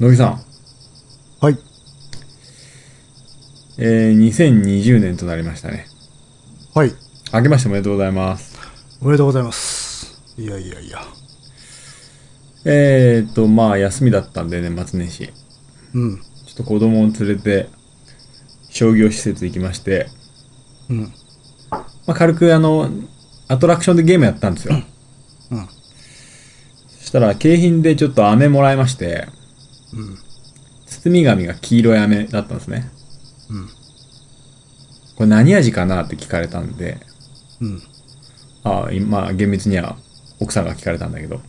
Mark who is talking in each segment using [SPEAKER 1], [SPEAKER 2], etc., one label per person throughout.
[SPEAKER 1] 野木さん、
[SPEAKER 2] はい。
[SPEAKER 1] えー、2020年となりましたね。
[SPEAKER 2] はい。
[SPEAKER 1] 明けましておめでとうございます。
[SPEAKER 2] おめでとうございます。いやいやいや。
[SPEAKER 1] えーと、まあ、休みだったんで、年末年始。ちょ
[SPEAKER 2] うん。
[SPEAKER 1] っと子供を連れて、商業施設行きまして、
[SPEAKER 2] うん。
[SPEAKER 1] まあ、軽くあの、アトラクションでゲームやったんですよ。
[SPEAKER 2] うん。
[SPEAKER 1] そしたら、景品でちょっと飴もらいまして、
[SPEAKER 2] うん。
[SPEAKER 1] 包み紙が黄色い飴だったんですね。
[SPEAKER 2] うん。
[SPEAKER 1] これ何味かなって聞かれたんで、
[SPEAKER 2] うん。
[SPEAKER 1] ああ、今、厳密には奥さんが聞かれたんだけど、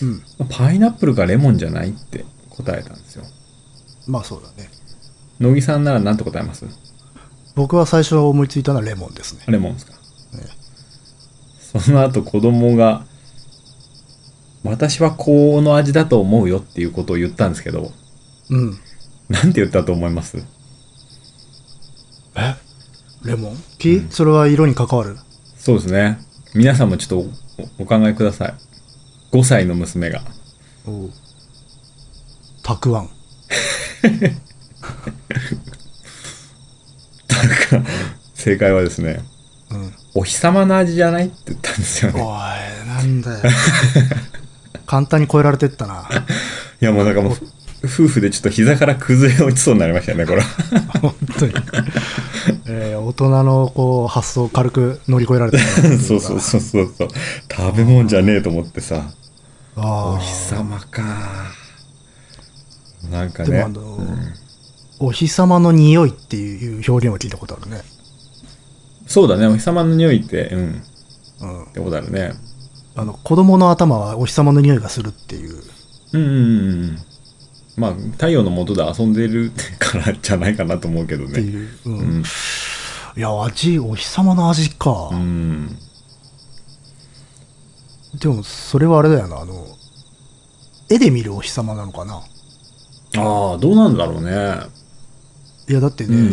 [SPEAKER 2] うん。
[SPEAKER 1] パイナップルかレモンじゃないって答えたんですよ。
[SPEAKER 2] まあそうだね。
[SPEAKER 1] 乃木さんなら何て答えます
[SPEAKER 2] 僕は最初思いついたのはレモンですね。
[SPEAKER 1] レモンですか
[SPEAKER 2] え
[SPEAKER 1] その後子供が、私はこの味だと思うよっていうことを言ったんですけど、
[SPEAKER 2] うん。
[SPEAKER 1] なんて言ったと思います
[SPEAKER 2] えレモン木、それは色に関わる。
[SPEAKER 1] そうですね。皆さんもちょっとおおお考えください。5歳の娘が。
[SPEAKER 2] おう。たくあん。
[SPEAKER 1] なんか、正解はですね、
[SPEAKER 2] うん。
[SPEAKER 1] お日様の味じゃないって言ったんですよ
[SPEAKER 2] おい
[SPEAKER 1] ね。、
[SPEAKER 2] なんだよ。 簡単に超えられてったな。
[SPEAKER 1] いやもうなんかもう、夫婦でちょっと膝から崩れ落ちそうになりましたよね、これ。
[SPEAKER 2] 本当に。えー大人のこう発想を軽く乗り越えら れたなっていか
[SPEAKER 1] そうそうそうそうそう。食べ物じゃねえと思ってさ。
[SPEAKER 2] あ
[SPEAKER 1] お
[SPEAKER 2] あ
[SPEAKER 1] 日様か。なんか
[SPEAKER 2] で
[SPEAKER 1] ね
[SPEAKER 2] もあ。の、お日様の匂いっていう表現を聞いたことあるね。
[SPEAKER 1] そうだね、お日様の匂いって、うん、
[SPEAKER 2] うん
[SPEAKER 1] っ。てことあるね。
[SPEAKER 2] あの、子供の頭はお日様の匂いがするっていう。
[SPEAKER 1] うんうんうんうん。まあ、太陽の下で遊んでるからじゃないかなと思うけど
[SPEAKER 2] って
[SPEAKER 1] ね。
[SPEAKER 2] いう。うん。
[SPEAKER 1] うん。
[SPEAKER 2] いや、味、お日様の味か。
[SPEAKER 1] うん。
[SPEAKER 2] でも、それはあれだよな、あの、絵で見るお日様なのかな。
[SPEAKER 1] ああ、どうなんだろうね。
[SPEAKER 2] いや、だって
[SPEAKER 1] う
[SPEAKER 2] ね、
[SPEAKER 1] んう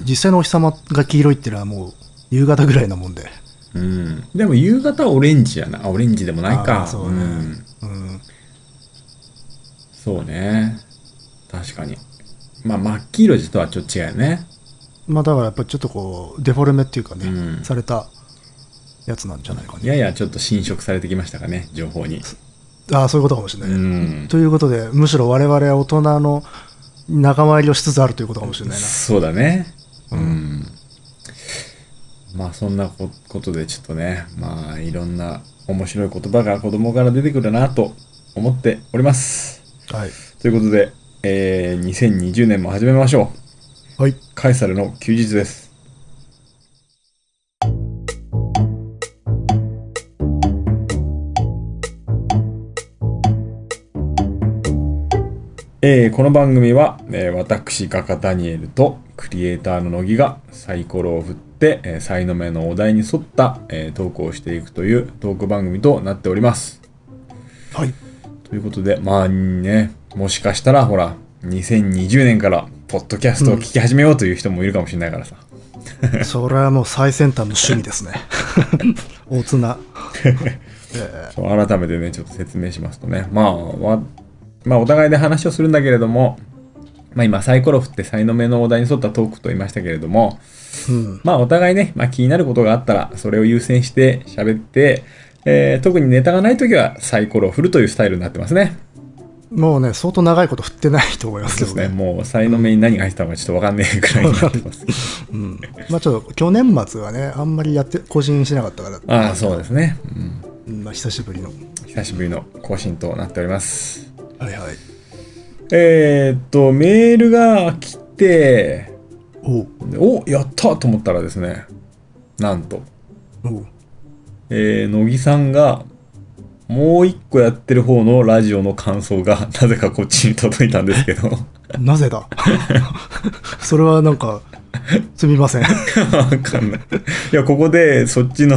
[SPEAKER 1] ん
[SPEAKER 2] 実際のお日様が黄色いってのはもう、夕方ぐらいなもんで。
[SPEAKER 1] うん。うん。でも夕方はオレンジやな。あ、オレンジでもない
[SPEAKER 2] あ
[SPEAKER 1] か。
[SPEAKER 2] ーそうね
[SPEAKER 1] ん。
[SPEAKER 2] うん。
[SPEAKER 1] そうね。確かに。まあ、真っ黄色とはちょっと違うよね。
[SPEAKER 2] まあ、だからやっぱりちょっとこう、デフォルメっていうかね、
[SPEAKER 1] うん
[SPEAKER 2] されたやつなんじゃないかね。
[SPEAKER 1] ややちょっと侵食されてきましたかね、情報に。
[SPEAKER 2] ああ、そういうことかもしれ
[SPEAKER 1] う
[SPEAKER 2] ない。
[SPEAKER 1] ん。
[SPEAKER 2] ということで、むしろ我々は大人の仲間入りをしつつあるということかもしれないな。
[SPEAKER 1] そうだね。うん。まあそんなこことでちょっとね、まあいろんな面白い言葉が子供から出てくるなと思っております。
[SPEAKER 2] はい。
[SPEAKER 1] ということで、えー、2020年も始めましょう。
[SPEAKER 2] はい。
[SPEAKER 1] カエサルの休日です。えーこの番組は、えー私画家ダニエルとクリエイターの乃木がサイコロを振って、えー、才の目のお題に沿った、えートークをしていくというトーク番組となっております。
[SPEAKER 2] はい。
[SPEAKER 1] ということで、まあね、もしかしたらほら、2020年からポッドキャストを聞き始めようという人もいるかもしれないからさ。
[SPEAKER 2] それはもう最先端の趣味 ですね。大綱。え
[SPEAKER 1] そう改めてね、ちょっと説明しますとね。まあ、わまあ、お互いで話をするんだけれども、まあ今、サイコロ振って才の目のお題に沿ったトークと言いましたけれども、
[SPEAKER 2] ーうん。
[SPEAKER 1] まあお互いね、まあ気になることがあったら、それを優先して喋って、えー特にネタがないときはサイコロを振るというスタイルになってますね。
[SPEAKER 2] もうね、相当長いこと振ってないと思いますけ
[SPEAKER 1] そうで
[SPEAKER 2] ど
[SPEAKER 1] す
[SPEAKER 2] ね。
[SPEAKER 1] ね。もう、才の目に何が入ってたのかちょっとわかんねえくらいになってます。
[SPEAKER 2] うん。まあちょっと、去年末はね、あんまりやって、更新しなかったから、
[SPEAKER 1] ああ、そうですね。うん
[SPEAKER 2] うんまあ久しぶりの。
[SPEAKER 1] 久しぶりの更新となっております。
[SPEAKER 2] はいはい。
[SPEAKER 1] えーっと、メールが来て、
[SPEAKER 2] おう
[SPEAKER 1] おやったと思ったらですね、なんと、
[SPEAKER 2] おう
[SPEAKER 1] えー乃木さんが、もう一個やってる方のラジオの感想が、なぜかこっちに届いたんですけど、
[SPEAKER 2] なぜだ それはなんか、すみません。
[SPEAKER 1] わかんない。いや、ここで、そっちの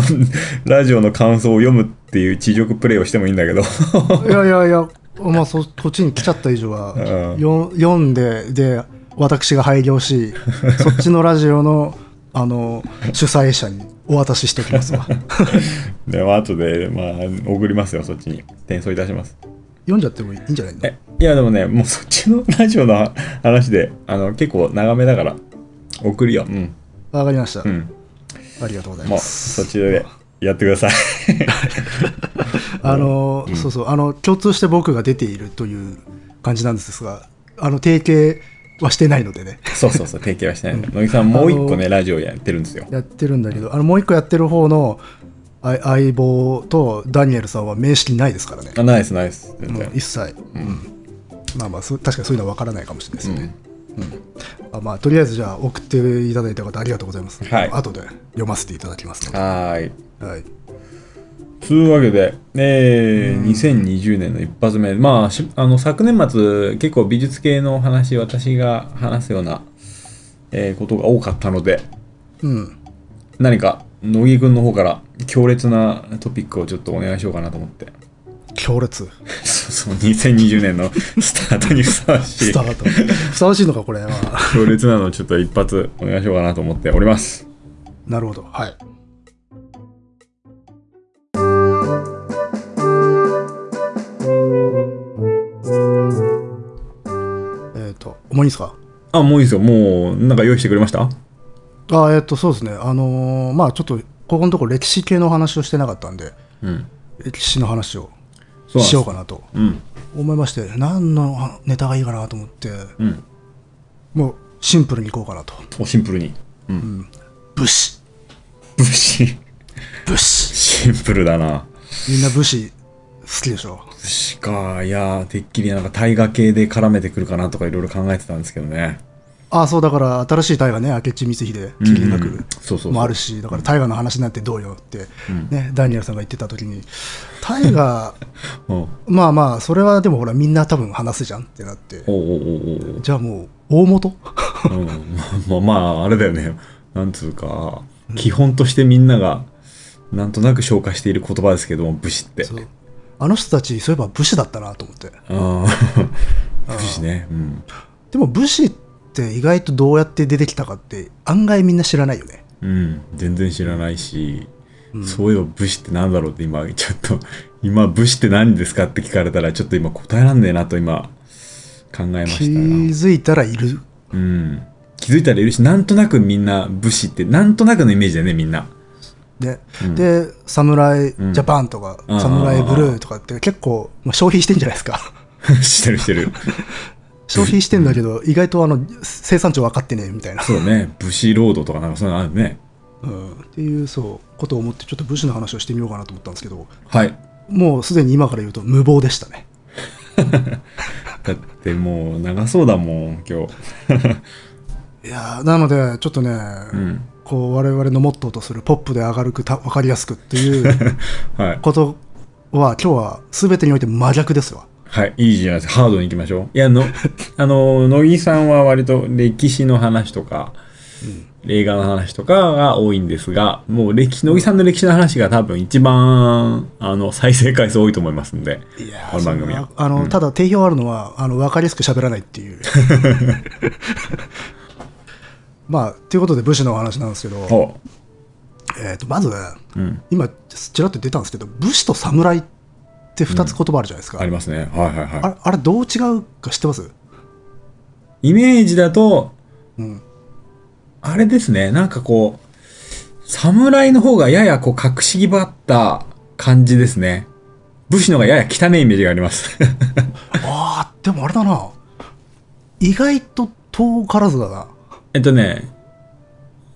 [SPEAKER 1] ラジオの感想を読むっていう地上プレイをしてもいいんだけど、
[SPEAKER 2] いやいやいや、まあ、そこっちに来ちゃった以上は、
[SPEAKER 1] うん
[SPEAKER 2] よ読んで、で、私が配 慮し、そっちのラジオの、あの、主催者にお渡ししておきます わ。
[SPEAKER 1] では、後で、まあ、送りますよ、そっちに。転送いたします。
[SPEAKER 2] 読んじゃってもいいんじゃないの
[SPEAKER 1] え、いやでもねもうそっちのラジオの話であの結構長めだから送るようん
[SPEAKER 2] わかりました、
[SPEAKER 1] うん
[SPEAKER 2] ありがとうござい
[SPEAKER 1] も
[SPEAKER 2] ま
[SPEAKER 1] う
[SPEAKER 2] す
[SPEAKER 1] そっちでやってください
[SPEAKER 2] あの、そうそうあの共通して僕が出ているという感じなんですがあの提携はしてないのでね
[SPEAKER 1] そうそうそう提携はしないの乃木さんもう一個ねラジオやってるんですよ
[SPEAKER 2] やってるんだけどあのもう一個やってる方のあ相棒とダニエルさんは面識ないですからね
[SPEAKER 1] あナイスナイス全
[SPEAKER 2] もう
[SPEAKER 1] 然
[SPEAKER 2] 一切、うんまあまあそう確かにそういうのは分からないかもしれないですよね、うんあまあ、とりあえずじゃあ送っていただいた方ありがとうございます、
[SPEAKER 1] はい
[SPEAKER 2] 後で読ませていただきますので、
[SPEAKER 1] はーい
[SPEAKER 2] はい、
[SPEAKER 1] というわけで、えー2020年の一発目、まあ、しあの昨年末、結構美術系のお話、私が話すような、えーことが多かったので、
[SPEAKER 2] うん
[SPEAKER 1] 何か乃木くんの方から強烈なトピックをちょっとお願いしようかなと思って、
[SPEAKER 2] 強 烈
[SPEAKER 1] そうそう、2020年のスタートにふさわし
[SPEAKER 2] ス
[SPEAKER 1] い
[SPEAKER 2] タ、ートふさわしいのかこれは
[SPEAKER 1] 強烈なのをちょっと一発お願いしようかなと思っております。
[SPEAKER 2] なるほどはいえっ、ともういいですか
[SPEAKER 1] あ、もういいですよ、もう、なんか用意してくれました
[SPEAKER 2] あえっ、とそうですねあのーまあちょっとここのところ歴史系の話をしてなかったんで
[SPEAKER 1] うん。
[SPEAKER 2] 歴史の話を
[SPEAKER 1] そうなんです
[SPEAKER 2] しようかなと
[SPEAKER 1] うん。
[SPEAKER 2] 思いまして何のあネタがいいかなと思って
[SPEAKER 1] うん。
[SPEAKER 2] もうシンプルにいこうかなと
[SPEAKER 1] お、シンプルに。うん。
[SPEAKER 2] 武士
[SPEAKER 1] 武士、
[SPEAKER 2] 武士
[SPEAKER 1] シンプルだな。
[SPEAKER 2] みんな武士好きでしょ
[SPEAKER 1] 寿司か、いやー、てっきりなんか大河系で絡めてくるかなとかいろいろ考えてたんですけどね。
[SPEAKER 2] ああそうだから新しい大河ね明智光秀麒麟
[SPEAKER 1] うんうんそうそうそう
[SPEAKER 2] 学もあるしだから大河の話なんてどうよって、ねダニエルさんが言ってた時に大河
[SPEAKER 1] うん。おう
[SPEAKER 2] まあまあそれはでもほらみんな多分話すじゃんってなって
[SPEAKER 1] おうおうおう。
[SPEAKER 2] じゃあもう大元
[SPEAKER 1] うん、まあ、まあ、あれだよね。なんつうか、基本としてみんなが、なんとなく消化している言葉ですけども、武士って。
[SPEAKER 2] そうあの人たちそういえば武士だったなと思って
[SPEAKER 1] ああ、 武士ね。うん。
[SPEAKER 2] でも武士って意外とどうやって出てきたかって案外みんな知らないよね
[SPEAKER 1] うん。全然知らないし、そういえば武士ってなんだろうって今、ちょっと、 今、武士って何ですかって聞かれたら、ちょっと今答えらんねえなと今、考えま
[SPEAKER 2] 気
[SPEAKER 1] したが。
[SPEAKER 2] づいたらいる
[SPEAKER 1] うん、気づいたらいるしなんとなくみんな武士ってなんとなくのイメージだよねみんな
[SPEAKER 2] で,、で「侍ジャパン」とか
[SPEAKER 1] うん
[SPEAKER 2] 「侍ブルー」とかって結構、まあ、消費してんじゃな いですか
[SPEAKER 1] してるしてる
[SPEAKER 2] 消費してんだけど意外とあの生産地分かってねえみたいな、
[SPEAKER 1] そうね武士ロードとかなんかそういうのあるね
[SPEAKER 2] うん、っていうそうことを思ってちょっと武士の話をしてみようかなと思ったんですけど
[SPEAKER 1] はい
[SPEAKER 2] もうすでに今から言うと無謀でしたね
[SPEAKER 1] だってもう長そうだもん今日
[SPEAKER 2] いやーなのでちょっとね、
[SPEAKER 1] ん
[SPEAKER 2] こう我々のモットーとするポップで明るくた分かりやすくっていう
[SPEAKER 1] はい
[SPEAKER 2] ことは今日は全てにおいて真逆ですわ
[SPEAKER 1] はいいいじゃないですかハードに行きましょういや のあの乃木さんは割と歴史の話とか、映画の話とかが多いんですがもう歴乃木さんの歴史の話が多分一番あの再生回数多いと思いますんで
[SPEAKER 2] いやー
[SPEAKER 1] この番組
[SPEAKER 2] そ
[SPEAKER 1] は
[SPEAKER 2] んなあの、ただ定評あるのはあの分かりやすく喋らないって いうまあということで武士のお話なんですけど、
[SPEAKER 1] ほ
[SPEAKER 2] えー、とまず、
[SPEAKER 1] ううん
[SPEAKER 2] 今ちらっと出たんですけど武士と侍って2つ言葉あるじゃないですか、
[SPEAKER 1] ありますねはいはいはい
[SPEAKER 2] あれあれどう違うか知って ます
[SPEAKER 1] イメージだと、
[SPEAKER 2] うん
[SPEAKER 1] あれですね、なんかこう、侍の方がややこう隠し気ばった感じですね。武士の方がやや汚いイメージがあります。
[SPEAKER 2] あーでもあれだな意外と遠からずだな
[SPEAKER 1] えっとね、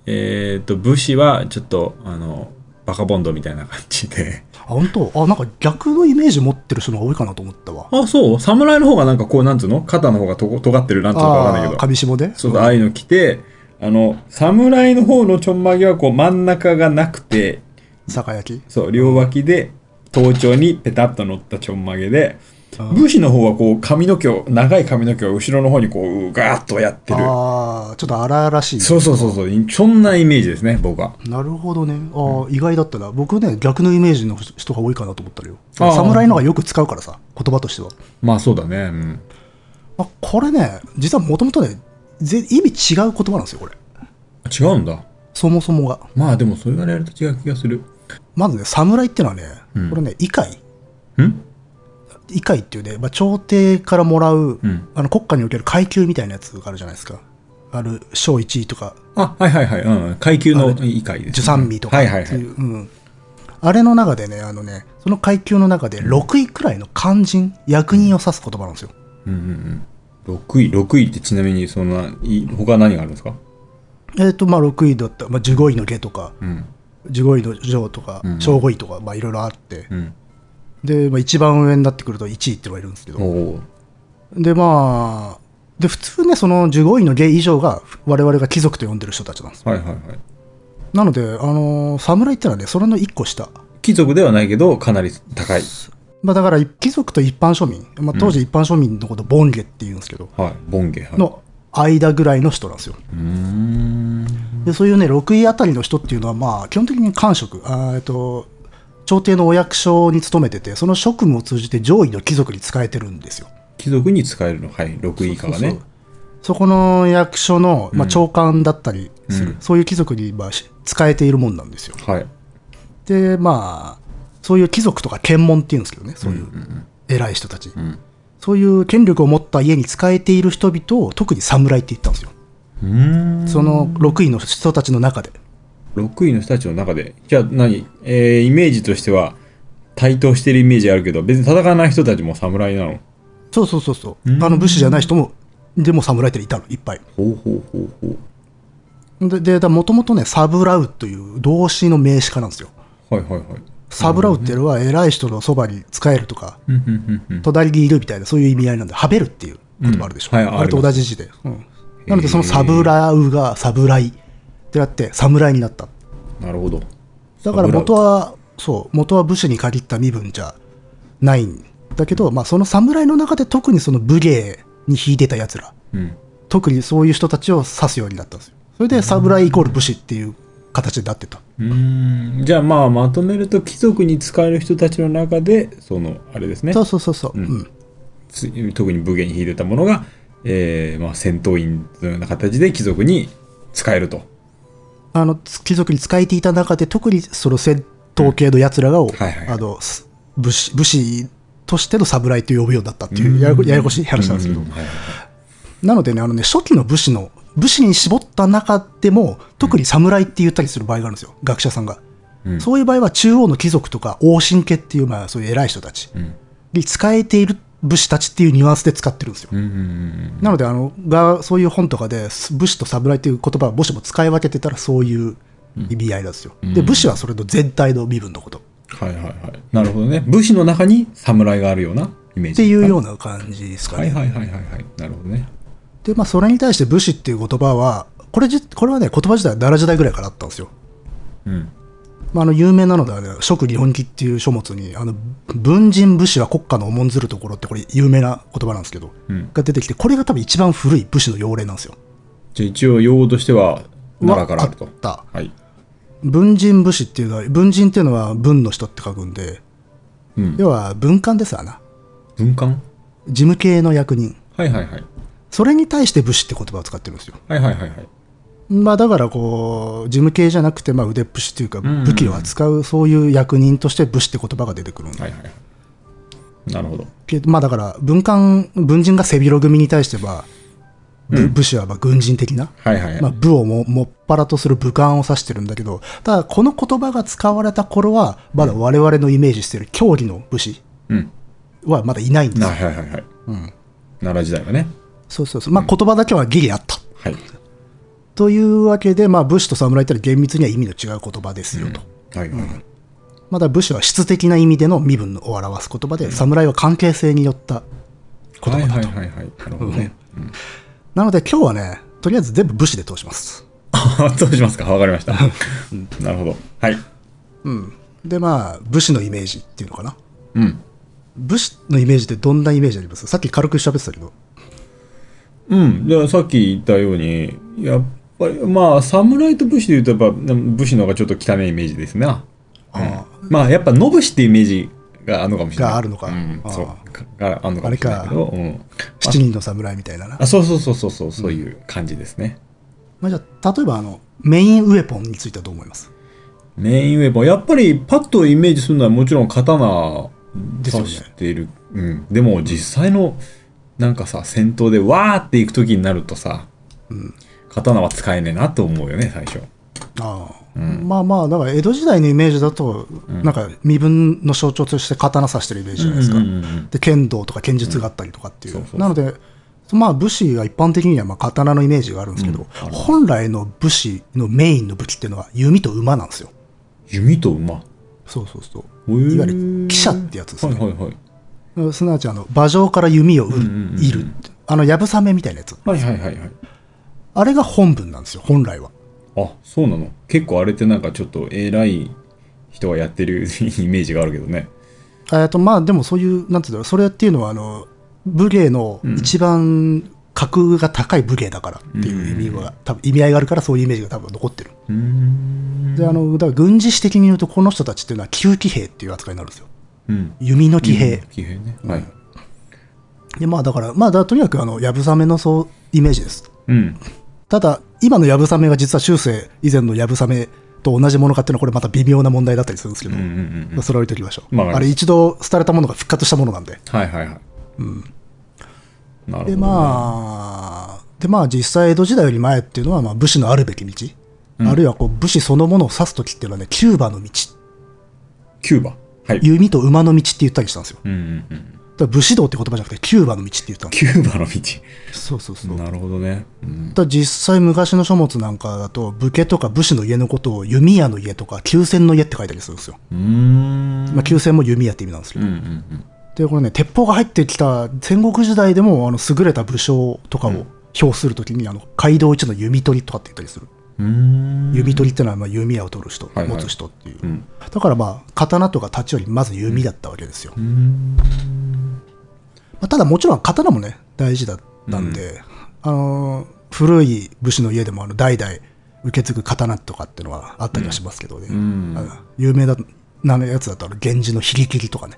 [SPEAKER 1] えーっと、武士はちょっと、あの、バカボンドみたいな感じで。
[SPEAKER 2] あ本当あなんか逆のイメージ持ってる人の方が多いかなと思ったわ
[SPEAKER 1] あ、そう侍の方がなんかこう、なんつうの肩の方がとこ尖ってる、なんつうのかわかんないけ
[SPEAKER 2] あー
[SPEAKER 1] ど。
[SPEAKER 2] 紙紐で
[SPEAKER 1] そうそう、ああいうの着て、あの、侍の方のちょんまげはこう、真ん中がなくて、
[SPEAKER 2] 酒焼き
[SPEAKER 1] そう、両脇で頭頂にペタッと乗ったちょんまげで、
[SPEAKER 2] うん
[SPEAKER 1] 武士の方はこう髪の毛を、長い髪の毛を後ろの方にこう、ガーッとやってる。
[SPEAKER 2] ああちょっと荒々しい
[SPEAKER 1] そうそうそうそう、そんなイメージですね、僕は。
[SPEAKER 2] なるほどねあー、意外だったな僕ね逆のイメージの人が多いかなと思ったのよ
[SPEAKER 1] あー
[SPEAKER 2] 侍の方がよく使うからさ言葉としては、
[SPEAKER 1] まあそうだね。うん。
[SPEAKER 2] あ、これね実はもともとねぜ意味違う言葉なんですよこれ
[SPEAKER 1] 違うんだ。
[SPEAKER 2] そもそもが
[SPEAKER 1] まあでもそれがやると違う気がする。
[SPEAKER 2] まずね侍ってのはね、
[SPEAKER 1] ん
[SPEAKER 2] これね異界
[SPEAKER 1] ん
[SPEAKER 2] 議会っていうね、まあ、朝廷からもらう、
[SPEAKER 1] うん
[SPEAKER 2] あの国家における階級みたいなやつがあるじゃないですか。ある小1位とか
[SPEAKER 1] あ、はいはいはい。うん。階級の
[SPEAKER 2] あれ
[SPEAKER 1] 以下です、
[SPEAKER 2] 受産日とか
[SPEAKER 1] は
[SPEAKER 2] っ
[SPEAKER 1] い
[SPEAKER 2] て
[SPEAKER 1] はいはい
[SPEAKER 2] い。う、うん、あれの中でねあのねその階級の中で6位くらいの肝心役人を指す言葉なんですよ
[SPEAKER 1] うんうんうん。6位、6位ってちなみに、そんな、い他何があるんですか
[SPEAKER 2] えっ、とまあ6位だった、まあ、15位の下とか
[SPEAKER 1] うん。
[SPEAKER 2] 15位の上とか
[SPEAKER 1] うん
[SPEAKER 2] 小5位とかまあいろいろあって
[SPEAKER 1] うん。
[SPEAKER 2] で、まあ、一番上になってくると1位ってのがいるんですけ
[SPEAKER 1] お
[SPEAKER 2] ど
[SPEAKER 1] お。
[SPEAKER 2] でまあで普通ねその15位の下以上が我々が貴族と呼んでる人たちなんですよ
[SPEAKER 1] はいはいはい。
[SPEAKER 2] なのであのー侍ってのはねそれの1個下
[SPEAKER 1] 貴族ではないけど、かなり高い。
[SPEAKER 2] まあ、だから貴族と一般庶民、まあ、当時一般庶民のことボンゲって言うんですけど、
[SPEAKER 1] はい。ボンゲ。はい、
[SPEAKER 2] の間ぐらいの人なんですよ。
[SPEAKER 1] うーん。
[SPEAKER 2] でそういうね6位あたりの人っていうのはまあ基本的に官職あーえっと朝廷のお役所に勤めててその職務を通じて上位の貴族に仕えてるんですよ。
[SPEAKER 1] 貴族に使えるの。はい。6位以下がね。
[SPEAKER 2] そうそうそこの役所の、まあ、長官だったりする、
[SPEAKER 1] うん
[SPEAKER 2] そういう貴族に、まあ、し使えているもんなんですよ。
[SPEAKER 1] はい。
[SPEAKER 2] でまあそういう貴族とか検問っていうんですけどねそういうん偉い人たち、
[SPEAKER 1] ん
[SPEAKER 2] そういう権力を持った家に仕えている人々を特に侍って言ったんですよ。
[SPEAKER 1] うーん。
[SPEAKER 2] その6位の人たちの中で。
[SPEAKER 1] 6位の人たちの中で、じゃあ何えー、イメージとしては、対等してるイメージあるけど、別に戦わない人たちも侍なの。
[SPEAKER 2] そうそうそうそう、
[SPEAKER 1] うん
[SPEAKER 2] あの武士じゃない人もでも侍っていたのいっぱい
[SPEAKER 1] ほうほうほうほう。
[SPEAKER 2] ででだもともとねサブラウという動詞の名詞化なんですよ
[SPEAKER 1] はいはいはい。
[SPEAKER 2] サブラウっていうのは偉い人のそばに仕えるとか
[SPEAKER 1] うんうんうんうん
[SPEAKER 2] 隣にいるみたいなそういう意味合いなんではべるっていう言葉あるでしょ、
[SPEAKER 1] うんはい
[SPEAKER 2] あれと同じ字で、うんなのでそのサブラウが侍ってなって侍になった
[SPEAKER 1] なるほど。
[SPEAKER 2] だから
[SPEAKER 1] サブラウ
[SPEAKER 2] 元はそう元は武士に限った身分じゃないんだけど、まあ、その侍の中で特にその武芸に秀でたやつら
[SPEAKER 1] うん。
[SPEAKER 2] 特にそういう人たちを指すようになったんですよ。それで侍イコール武士っていう形になってた。
[SPEAKER 1] うーんじゃあまあまとめると貴族に使える人たちの中でそのあれですね
[SPEAKER 2] そうそうそうそう。
[SPEAKER 1] うん
[SPEAKER 2] うん
[SPEAKER 1] つ特に武芸に秀でたものが、えーまあ、戦闘員のような形で貴族に使えると
[SPEAKER 2] あのつ貴族に仕えていた中で特にその戦闘系のやつらがを、
[SPEAKER 1] はいはい
[SPEAKER 2] あのす武士武士としての侍と呼ぶようになったっていうややこややこしい話なんですけど、
[SPEAKER 1] うはい
[SPEAKER 2] なのでねあのね初期の武士の武士に絞った中でも特に侍って言ったりする場合があるんですよ学者さんが、
[SPEAKER 1] うん
[SPEAKER 2] そういう場合は中央の貴族とか王神家っていう、まあ、そういう偉い人たち
[SPEAKER 1] うん
[SPEAKER 2] に仕えている武士たちっていうニュアンスで使ってるんですよ
[SPEAKER 1] うんうんうん
[SPEAKER 2] なのであのが、そういう本とかで、す武士と侍という言葉をもしも使い分けてたら、そういう意味合いなんですよ。で、武士はそれの全体の身分のことっ
[SPEAKER 1] はいはいはいなるほどね武士の中に侍があるようなイメージ
[SPEAKER 2] ていうよう
[SPEAKER 1] な
[SPEAKER 2] な感じですか
[SPEAKER 1] はい
[SPEAKER 2] ね。
[SPEAKER 1] はいはいはいはいなるほどね
[SPEAKER 2] で、まあ、それに対して武士っていう言葉は、これじこれはね、言葉自体は奈良時代ぐらいからあったんですよ。
[SPEAKER 1] うん
[SPEAKER 2] まあ、あの有名なのでは、ね、食日本記っていう書物に、あの文人武士は国家の重んずるところって、これ、有名な言葉なんですけど、
[SPEAKER 1] うん
[SPEAKER 2] が出てきて、これが多分一番古い武士の要領なんですよ。
[SPEAKER 1] じゃあ一応用語としては奈良からあると
[SPEAKER 2] はった
[SPEAKER 1] はい
[SPEAKER 2] 文人武士っていうのは、文人っていうのは文の人って書くんで、
[SPEAKER 1] うん
[SPEAKER 2] 要は文官ですわな。
[SPEAKER 1] 文官
[SPEAKER 2] 事務系の役人。
[SPEAKER 1] はいはいはい
[SPEAKER 2] それに対して武士って言葉を使ってるんですよ。
[SPEAKER 1] はいはいはいはい
[SPEAKER 2] まあだからこう、事務系じゃなくて、まあ腕っぷしというか、
[SPEAKER 1] んうん
[SPEAKER 2] 武器を扱う、そういう役人として武士って言葉が出てくるんだ
[SPEAKER 1] はいはいはいなるほど
[SPEAKER 2] けど、まあだから、文官、文人が背広組に対しては、ぶ武士はまあ軍人的な、
[SPEAKER 1] はいはいはい、
[SPEAKER 2] まあ、武をももっぱらとする武官を指してるんだけど、ただこの言葉が使われた頃は、まだ我々のイメージしてる競技の武士
[SPEAKER 1] うん
[SPEAKER 2] はまだいないんです
[SPEAKER 1] な
[SPEAKER 2] よ。
[SPEAKER 1] はいはいはい、うん、奈良時代はね
[SPEAKER 2] そうそうそう。まあ言葉だけはギリあった。
[SPEAKER 1] はい
[SPEAKER 2] というわけで、まあ、武士と侍ってのは厳密には意味の違う言葉ですよと。
[SPEAKER 1] はいはい、
[SPEAKER 2] まだ武士は質的な意味での身分を表す言葉で、侍は関係性によった言
[SPEAKER 1] はい
[SPEAKER 2] 葉
[SPEAKER 1] は
[SPEAKER 2] だ
[SPEAKER 1] い
[SPEAKER 2] と。
[SPEAKER 1] はいはいなるほどね、
[SPEAKER 2] なので今日はね、とりあえず全部武士で通します。
[SPEAKER 1] どうしますかわかりました、なるほどはい
[SPEAKER 2] で、まあ、武士のイメージっていうのかな。
[SPEAKER 1] うん
[SPEAKER 2] 武士のイメージってどんなイメージありますさっき軽く喋ってたけど。
[SPEAKER 1] うんじゃあさっき言ったようにやっぱりまあ侍と武士で言うとやっぱ武士の方がちょっと汚いイメージですね
[SPEAKER 2] あ
[SPEAKER 1] まあやっぱ野武士っていうイメージがあるのかもしれない
[SPEAKER 2] があるのか
[SPEAKER 1] うん、
[SPEAKER 2] あー
[SPEAKER 1] そうかがあるのかもしれないけどうん、
[SPEAKER 2] 七人の侍みたいなな。
[SPEAKER 1] あそうそうそうそうそうそういう感じですね、
[SPEAKER 2] まあ、じゃあ、例えばあの、メインウェポンについてはどう思います
[SPEAKER 1] メインウェポンやっぱりパッとイメージするのはもちろん刀
[SPEAKER 2] ですよ
[SPEAKER 1] 刺
[SPEAKER 2] ね
[SPEAKER 1] しているうん、でも実際のなんかさ戦闘でわーっていく時になるとさ、刀は使えねえなと思うよね最初
[SPEAKER 2] ああまあまあだから江戸時代のイメージだと、なんか身分の象徴として刀刺してるイメージじゃないですか、
[SPEAKER 1] うんうんうんうん
[SPEAKER 2] で剣道とか剣術があったりとかってい
[SPEAKER 1] う
[SPEAKER 2] う,、
[SPEAKER 1] んそうそうそう
[SPEAKER 2] なのでまあ武士は一般的にはまあ刀のイメージがあるんですけど、本来の武士のメインの武器っていうのは弓と馬なんですよ
[SPEAKER 1] 弓と馬
[SPEAKER 2] そうそうそう
[SPEAKER 1] い
[SPEAKER 2] いわゆる汽車ってやつですね
[SPEAKER 1] はいはいはい
[SPEAKER 2] すなわちあの馬上から弓を射る,、
[SPEAKER 1] うんうんうん
[SPEAKER 2] 射るあのやぶさめみたいなやつ
[SPEAKER 1] はいはいはいはい
[SPEAKER 2] あれが本文なんですよ本来は
[SPEAKER 1] あそうなの結構あれってなんかちょっと偉い人がやってるイメージがあるけどね
[SPEAKER 2] えっとまあでもそういうなんていうんだろうそれっていうのはあの武芸の一番格が高い武芸だからっていう意味は、多分意味合いがあるからそういうイメージが多分残ってる、
[SPEAKER 1] うーん
[SPEAKER 2] であのだから軍事史的に言うとこの人たちっていうのは旧騎兵っていう扱いになるんですよ
[SPEAKER 1] うん
[SPEAKER 2] 弓の騎兵、
[SPEAKER 1] 騎兵ねはい
[SPEAKER 2] でまあだからまあだからとにかくあのやぶさめのそうイメージです
[SPEAKER 1] うん
[SPEAKER 2] ただ今のやぶさめが実は中世以前のやぶさめと同じものかっていうのはこれまた微妙な問題だったりするんですけど、
[SPEAKER 1] うんうんうんうん
[SPEAKER 2] まあそれは置いときましょう、
[SPEAKER 1] まあ
[SPEAKER 2] あれ一度廃れたものが復活したものなんで
[SPEAKER 1] はいはいはいうんなるほどね、
[SPEAKER 2] でまあ、でまあ実際江戸時代より前っていうのはまあ武士のあるべき道、あるいはこう武士そのものを指す時っていうのはねキューバの道
[SPEAKER 1] キューバはい
[SPEAKER 2] 弓と馬の道って言ったりしたんですよ
[SPEAKER 1] うんうんうん
[SPEAKER 2] だから武士道って言葉じゃなくてキューバの道って言ったんで
[SPEAKER 1] キューバの道
[SPEAKER 2] すそうそうそうだか
[SPEAKER 1] なるほどね、うん、
[SPEAKER 2] ら実際昔の書物なんかだと武家とか武士の家のことを弓矢の家とか弓戦の家って書いたりするんですよ、
[SPEAKER 1] うーん
[SPEAKER 2] まあ、弓戦も弓矢って意味なんですけ
[SPEAKER 1] うん
[SPEAKER 2] ど、
[SPEAKER 1] うん
[SPEAKER 2] でこれね鉄砲が入ってきた戦国時代でもあの優れた武将とかを評するときに、あの街道一の弓取りとかって言ったりする
[SPEAKER 1] うんうーん
[SPEAKER 2] 弓取りってのはまあ弓矢を取る人、
[SPEAKER 1] いはい
[SPEAKER 2] 持つ人っていう、
[SPEAKER 1] ん
[SPEAKER 2] だからまあ刀とか太刀よりまず弓だったわけですよ、まあ、ただもちろん刀もね大事だったんで、あのー古い武士の家でもあの代々受け継ぐ刀とかっていうのはあったりはしますけどね、あの有名だなやつだとあの源氏のひりきりとかね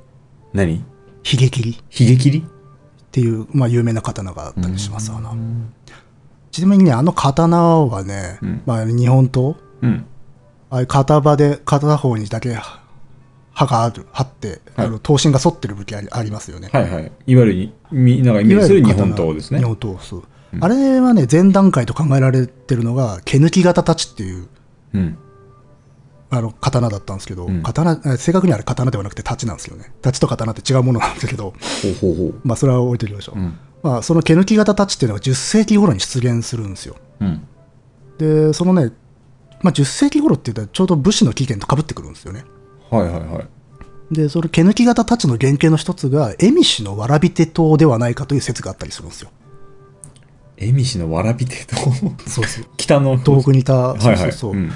[SPEAKER 1] 何
[SPEAKER 2] ひげきり
[SPEAKER 1] ヒゲ切り
[SPEAKER 2] っていう、まあ、有名な刀があったりしますわなちなみにねあの刀はね、まあ、日本刀
[SPEAKER 1] うん
[SPEAKER 2] ああいう片場で片方にだけは刃がある刃って、
[SPEAKER 1] はい
[SPEAKER 2] あの刀身が反ってる武器ありありますよね。
[SPEAKER 1] はいはいいわゆるにみなんかイメージする日本刀ですね
[SPEAKER 2] 日本刀そう、あれはね前段階と考えられてるのが毛抜き型太刀っていう
[SPEAKER 1] うん
[SPEAKER 2] あの刀だったんですけど、刀え正確にはあれ刀ではなくて太刀なんですよね太刀と刀って違うものなんですけど
[SPEAKER 1] ほうほうほう
[SPEAKER 2] まあそれは置いておきましょう、
[SPEAKER 1] ん
[SPEAKER 2] まあ、その毛抜き型太刀っていうのが10世紀頃に出現するんですよ
[SPEAKER 1] うん
[SPEAKER 2] でそのね、まあ、10世紀頃って言ったらちょうど武士の起源と被ってくるんですよね
[SPEAKER 1] はいはいはい
[SPEAKER 2] でその毛抜き型たちの原型の一つが蝦夷のわらび手刀ではないかという説があったりするんですよ
[SPEAKER 1] えみしのわらび手と
[SPEAKER 2] そうそう
[SPEAKER 1] 北の
[SPEAKER 2] 東北にいた、
[SPEAKER 1] はいはい
[SPEAKER 2] そうそうそう、
[SPEAKER 1] うん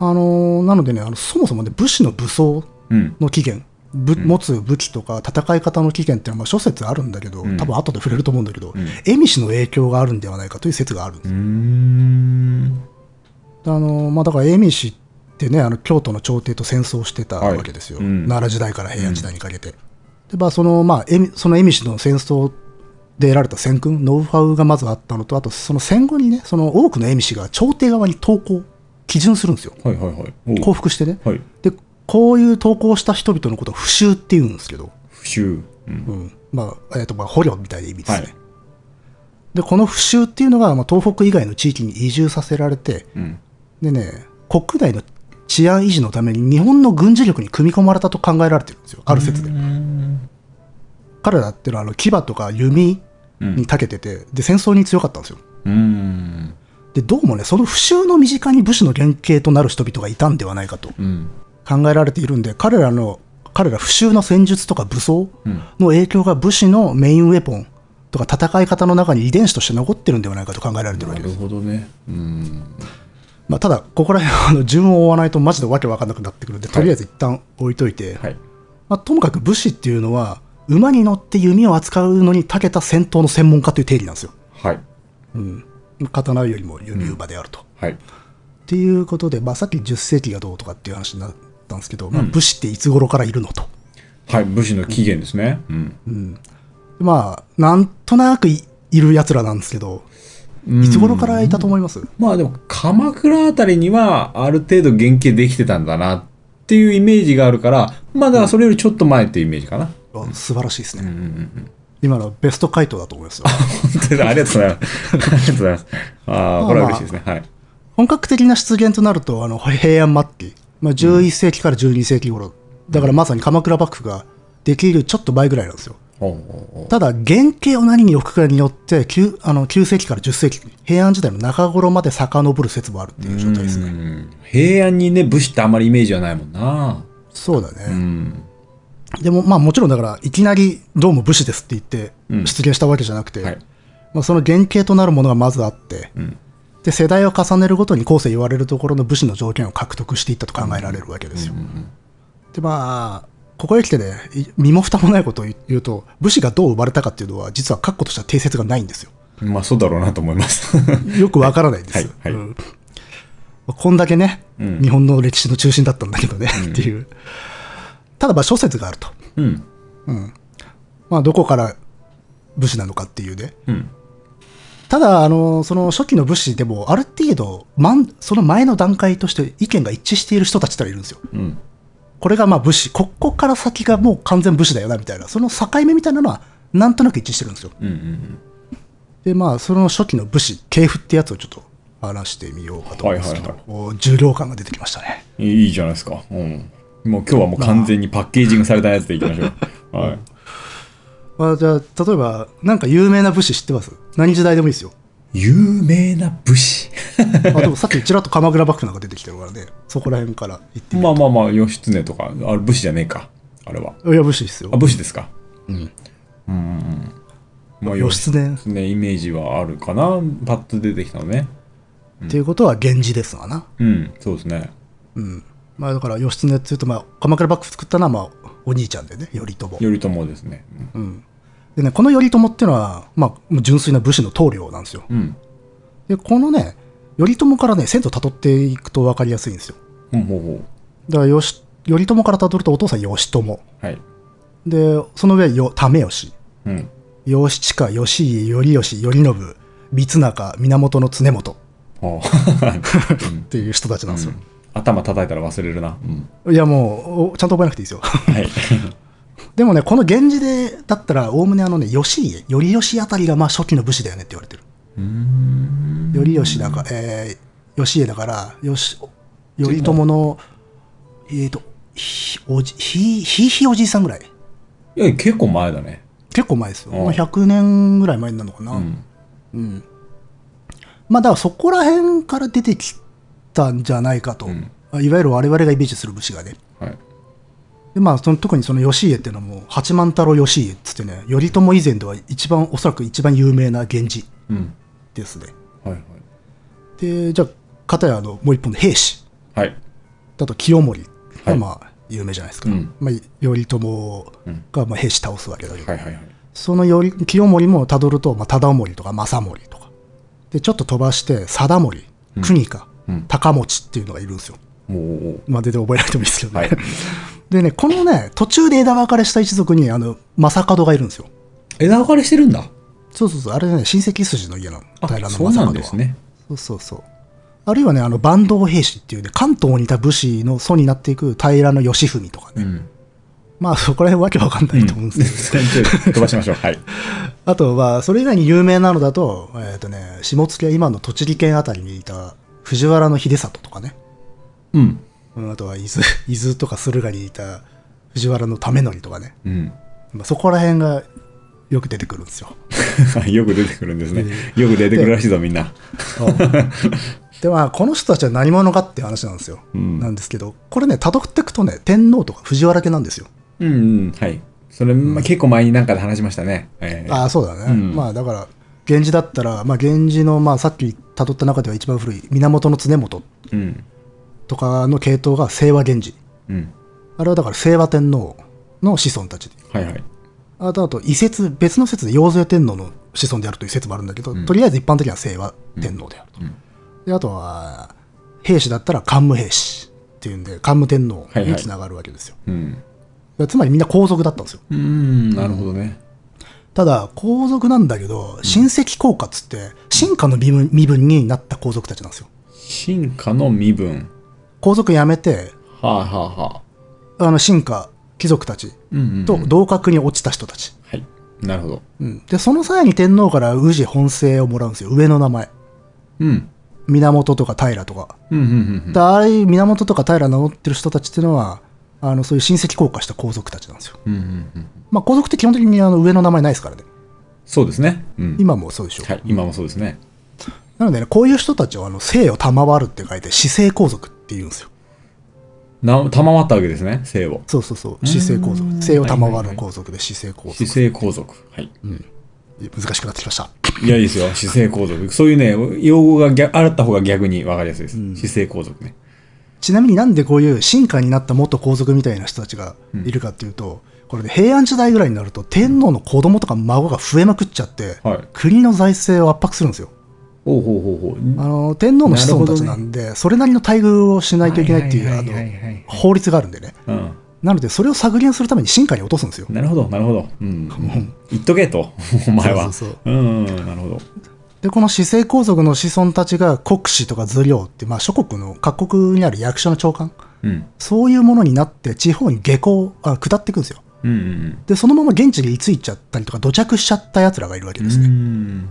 [SPEAKER 2] あのーなのでねあのそもそもね武士の武装
[SPEAKER 1] うん
[SPEAKER 2] の起源ぶ持つ武器とか戦い方の起源っていうのはまあ諸説あるんだけど、多分後で触れると思うんだけど蝦夷、の影響があるんではないかという説があるんです
[SPEAKER 1] うーん
[SPEAKER 2] あのまあ、だから蝦夷ってねあの京都の朝廷と戦争してた
[SPEAKER 1] はい
[SPEAKER 2] わけですよ、
[SPEAKER 1] うん
[SPEAKER 2] 奈良時代から平安時代にかけて、でまあそのまあえみその蝦夷の戦争で得られた戦訓ノウハウがまずあったのとあとその戦後にねその多くの蝦夷が朝廷側に投降基準するんですよ
[SPEAKER 1] はいはいはいおう
[SPEAKER 2] 降伏してね、
[SPEAKER 1] はい
[SPEAKER 2] でこういう投降した人々のことを不囚って言うんですけど、
[SPEAKER 1] 不臭うん
[SPEAKER 2] うんまあえー、とまあ捕虜みたいな意味ですね、
[SPEAKER 1] はい
[SPEAKER 2] でこの不囚っていうのが、まあ、東北以外の地域に移住させられて、
[SPEAKER 1] ん
[SPEAKER 2] でね国内の治安維持のために日本の軍事力に組み込まれたと考えられてるんですよある説で彼らっていうのはあの牙とか弓に長けてて、で戦争に強かったんですよ
[SPEAKER 1] うーん
[SPEAKER 2] でどうもねその不囚の身近に武士の原型となる人々がいたんではないかと
[SPEAKER 1] うん
[SPEAKER 2] 考えられているんで彼らの彼ら不囚の戦術とか武装の影響が武士のメインウェポンとか戦い方の中に遺伝子として残ってるんではないかと考えられてるわ
[SPEAKER 1] な
[SPEAKER 2] け
[SPEAKER 1] る
[SPEAKER 2] です、
[SPEAKER 1] ほどねうん
[SPEAKER 2] まあ、ただここら辺はあの順を追わないとマジでわけわかんなくなってくるんでとりあえず一旦置いといて、
[SPEAKER 1] はい
[SPEAKER 2] まあ、ともかく武士っていうのは馬に乗って弓を扱うのに長けた戦闘の専門家という定義なんですよ、
[SPEAKER 1] はい
[SPEAKER 2] うん、刀よりも弓馬であると、
[SPEAKER 1] はい
[SPEAKER 2] っていうことで、まあ、さっき10世紀がどうとかっていう話になったんですけど、まあ、武士っていつ頃からいるのと、
[SPEAKER 1] はい武士の起源ですねうん
[SPEAKER 2] まあなんとなくいいるやつらなんですけどいつ頃からいたと思います、
[SPEAKER 1] まあでも鎌倉あたりにはある程度原型できてたんだなっていうイメージがあるからまあだからそれよりちょっと前っていうイメージかな。
[SPEAKER 2] あ素晴らしいですね、
[SPEAKER 1] うんうんうん
[SPEAKER 2] 今のはベスト回答だと思いますよ
[SPEAKER 1] 本当にありがとうござい ます。ありがとうございます。ああ、これは嬉しいですね。はい。
[SPEAKER 2] 本格的な出現となるとあの平安末期、まあ、11世紀から12世紀頃だからまさに鎌倉幕府ができるちょっと前ぐらいなんですよ
[SPEAKER 1] おうおうおう
[SPEAKER 2] ただ原型を何に置くかによって 9, あの9世紀から10世紀平安時代の中頃まで遡る説もあるっていう状態ですね、
[SPEAKER 1] うん平安にね、武士ってあまりイメージはないもんな。
[SPEAKER 2] そうだね、
[SPEAKER 1] うん。
[SPEAKER 2] でも、まあもちろんだから、いきなりどうも武士ですって言って
[SPEAKER 1] うん
[SPEAKER 2] 出現したわけじゃなくて、
[SPEAKER 1] はい
[SPEAKER 2] まあ、その原型となるものがまずあって、
[SPEAKER 1] うん
[SPEAKER 2] で、世代を重ねるごとに後世言われるところの武士の条件を獲得していったと考えられるわけですよ。で、まあ、ここへ来てね、い身も蓋もないことを言うと、武士がどう生まれたかっていうのは、実は確固とした定説がないんですよ。
[SPEAKER 1] まあ、そうだろうなと思います。
[SPEAKER 2] よくわからないんですよ。
[SPEAKER 1] はいはい
[SPEAKER 2] うんまあこんだけね、
[SPEAKER 1] うん
[SPEAKER 2] 日本の歴史の中心だったんだけどね、っていう。ただ、まあ諸説があると。
[SPEAKER 1] うん。
[SPEAKER 2] まあ、どこから武士なのかっていうね。
[SPEAKER 1] うん。
[SPEAKER 2] ただ、あの、その初期の武士でも、ある程度、まんその前の段階として意見が一致している人たちってのはいるんですよ。
[SPEAKER 1] うん。
[SPEAKER 2] これがまあ武士、ここから先がもう完全武士だよな、みたいな。その境目みたいなのは、なんとなく一致してるんですよ。
[SPEAKER 1] うん。うん
[SPEAKER 2] で、まあ、その初期の武士、系譜ってやつをちょっと話してみようかと思うんですけど、
[SPEAKER 1] はい
[SPEAKER 2] お重量感が出てきましたね。
[SPEAKER 1] いいいいじゃないですか。うん。もう今日はもう完全にパッケージングされたやつでいきましょ う。はい。
[SPEAKER 2] まあ、じゃあ、例えば、なんか有名な武士知ってます何時代でもい いですよ。
[SPEAKER 1] 有名な武士。
[SPEAKER 2] あ、でもさっきちらっと鎌倉幕府なんか出てきてるからね、そこら辺から言ってみ
[SPEAKER 1] まあまあまあ、義経とか、あれ武士じゃねえか。あれは。
[SPEAKER 2] いや、武士ですよ
[SPEAKER 1] あ、。武士ですか。
[SPEAKER 2] うん。
[SPEAKER 1] うんうんうん。まあ、
[SPEAKER 2] 義経。
[SPEAKER 1] 義経イメージはあるかな。パッと出てきたのね。
[SPEAKER 2] っていうことは源氏ですわな。
[SPEAKER 1] うん、そうですね。
[SPEAKER 2] うん。まあだから義経っていうと、まあ、鎌倉幕府作ったのは、まあ、お兄ちゃんでね、頼朝。
[SPEAKER 1] 頼朝ですね。
[SPEAKER 2] うん。でね、この頼朝っていうのは、まあ、もう純粋な武士の棟梁なんですよ。
[SPEAKER 1] うん。
[SPEAKER 2] で、このね、頼朝からね、線路辿っていくと分かりやすいんですよ。
[SPEAKER 1] ほうほうほ
[SPEAKER 2] だから、よし、頼朝から辿るとお父さん義朝。
[SPEAKER 1] う。はい。
[SPEAKER 2] で、その上、よ、為義。
[SPEAKER 1] うん。
[SPEAKER 2] 義親、義家、頼義、頼信、三中、源経元
[SPEAKER 1] ああ
[SPEAKER 2] っていう人たちなんですよ。
[SPEAKER 1] 頭叩いたら忘れるな。うん。
[SPEAKER 2] いや、もう、おちゃんと覚えなくていいですよ。
[SPEAKER 1] はい。
[SPEAKER 2] でもね、この源氏でだったら、おおむねあのね、義家、頼義あたりがまあ初期の武士だよねって言われてる。
[SPEAKER 1] うーん。
[SPEAKER 2] 頼義だから、えー、義家だから、義、頼朝の、えっ、と、ひ、おじ、ひ、ひいひいおじいさんぐらい。
[SPEAKER 1] いや、結構前だね。
[SPEAKER 2] 結構前ですよ。
[SPEAKER 1] うん
[SPEAKER 2] まあ、100年ぐらい前になるのかな。
[SPEAKER 1] う
[SPEAKER 2] うん。
[SPEAKER 1] ん。
[SPEAKER 2] まあ、だからそこら辺から出てきたんじゃないかと。
[SPEAKER 1] ん
[SPEAKER 2] いわゆる我々がイメージする武士がね。
[SPEAKER 1] はい。
[SPEAKER 2] でまあ、その特にその義家っていうのはもう八幡太郎義家っつってね頼朝以前では一番おそらく一番有名な源氏
[SPEAKER 1] うん。
[SPEAKER 2] ですね
[SPEAKER 1] はいはい。
[SPEAKER 2] でじゃあ片やあのもう一本の平氏
[SPEAKER 1] はい。
[SPEAKER 2] だと清盛
[SPEAKER 1] は
[SPEAKER 2] が
[SPEAKER 1] い
[SPEAKER 2] まあ有名じゃないですか、
[SPEAKER 1] うん
[SPEAKER 2] まあ、頼朝がまあ平氏倒すわけだけど、
[SPEAKER 1] はいはいはい。
[SPEAKER 2] そのより清盛もたどると、まあ、忠盛とか政盛とかでちょっと飛ばして貞盛国か、
[SPEAKER 1] うん
[SPEAKER 2] 高持っていうのがいるんですよ
[SPEAKER 1] もう、
[SPEAKER 2] まあ、全然覚えなくてもいいですけどね。
[SPEAKER 1] はい
[SPEAKER 2] でね、このね、途中で枝分かれした一族に、あの、正門がいるんですよ。
[SPEAKER 1] 枝分かれしてるんだ。
[SPEAKER 2] そうそうそう、あれね、親戚筋の家なの。平
[SPEAKER 1] あ、
[SPEAKER 2] の
[SPEAKER 1] そうなんですね。
[SPEAKER 2] そうそうそう。あるいはね、あの、坂東兵士っていうね、関東にいた武士の祖になっていく平の義文とかね。
[SPEAKER 1] うん。
[SPEAKER 2] まあ、そこら辺わけわかんないと思うんですけど。
[SPEAKER 1] 飛ばしましょう。はい。
[SPEAKER 2] あとは、それ以外に有名なのだと、えっ、とね、下野今の栃木県あたりにいた藤原秀里とかね。
[SPEAKER 1] うん。
[SPEAKER 2] うんあとは伊豆、 伊豆とか駿河にいた藤原為則とかね。
[SPEAKER 1] うん。
[SPEAKER 2] まあ、そこら辺がよく出てくるんですよ。
[SPEAKER 1] よく出てくるんですね。よく出てくるらしいぞ、みんな。
[SPEAKER 2] でまあこの人たちは何者かっていう話なんですよ。
[SPEAKER 1] ん
[SPEAKER 2] なんですけどこれねたどっていくとね天皇とか藤原家なんですよ。
[SPEAKER 1] うんうん。はい。それ、まあ結構前になんかで話しましたね。ええ
[SPEAKER 2] ああそうだね。
[SPEAKER 1] うん
[SPEAKER 2] まあだから源氏だったら、まあ、源氏の、まあ、さっきたどった中では一番古い源経元
[SPEAKER 1] うん。
[SPEAKER 2] とかの系統が清和源氏
[SPEAKER 1] うん。
[SPEAKER 2] あれはだから清和天皇の子孫たち
[SPEAKER 1] はいはい。
[SPEAKER 2] あとあと異説別の説で陽勢天皇の子孫であるという説もあるんだけど、とりあえず一般的には清和天皇であると、であとは兵士だったら桓武兵士っていうんで桓武天皇につながるわけですよ、
[SPEAKER 1] うん。
[SPEAKER 2] つまりみんな皇族だったんですよ
[SPEAKER 1] うん、なるほどね。
[SPEAKER 2] ただ皇族なんだけど親戚公家っつって進化の身分身分になった皇族たちなんですよ
[SPEAKER 1] 進化の身分。
[SPEAKER 2] 皇族辞めて
[SPEAKER 1] はあはあはあ。
[SPEAKER 2] あの進化貴族たち
[SPEAKER 1] うんうんうん
[SPEAKER 2] と同格に落ちた人たち、
[SPEAKER 1] はい。なるほど。
[SPEAKER 2] うんでその際に天皇から宇治本姓をもらうんですよ上の名前
[SPEAKER 1] うん。
[SPEAKER 2] 源とか平とか
[SPEAKER 1] うんうんうん
[SPEAKER 2] でああいう源とか平名乗ってる人たちっていうのはあのそういう親戚降下した皇族たちなんですよ、
[SPEAKER 1] うん。うんうんうん。
[SPEAKER 2] まあ、皇族って基本的にあの上の名前ないですからね
[SPEAKER 1] そうですね。うん。
[SPEAKER 2] 今もそうでしょ、
[SPEAKER 1] はい。今もそうですね。
[SPEAKER 2] なのでねこういう人たちをあの姓を賜るって書いて死姓皇族って言うんですよ
[SPEAKER 1] な、賜ったわけですね。姓を。
[SPEAKER 2] そうそうそう死姓皇族姓を賜る皇族で死姓皇族、
[SPEAKER 1] 姿勢皇族。はい。
[SPEAKER 2] 難しくなってきました
[SPEAKER 1] いや、いいですよ。姿勢皇族。そういうね、用語が逆、あった方が逆に分かりやすいです。姿勢皇族ね。
[SPEAKER 2] ちなみになんでこういう進化になった元皇族みたいな人たちがいるかっていうと、これで平安時代ぐらいになると天皇の子供とか孫が増えまくっちゃって、
[SPEAKER 1] はい
[SPEAKER 2] 国の財政を圧迫するんですよ。
[SPEAKER 1] ほうほうほう
[SPEAKER 2] あ
[SPEAKER 1] ほう。
[SPEAKER 2] の天皇の子孫たちなんで、それなりの待遇をしないといけないっていう
[SPEAKER 1] は
[SPEAKER 2] あ
[SPEAKER 1] いはい
[SPEAKER 2] の
[SPEAKER 1] はいはいはい
[SPEAKER 2] 法律があるんでね。
[SPEAKER 1] うん。
[SPEAKER 2] なのでそれを削減するために進化に落とすんですよ。
[SPEAKER 1] なるほど、なるほど。うん。言っとけ と、お前は。
[SPEAKER 2] そうそう
[SPEAKER 1] うん、うんなるほど。
[SPEAKER 2] でこの死政皇族の子孫たちが国司とか図領って、まあ、諸国の各国にある役所の長官
[SPEAKER 1] うん。
[SPEAKER 2] そういうものになって地方に下校あ下っていくんですよ。
[SPEAKER 1] うんうん
[SPEAKER 2] でそのまま現地に居ついちゃったりとか土着しちゃったやつらがいるわけ
[SPEAKER 1] うん。
[SPEAKER 2] ですね、
[SPEAKER 1] うん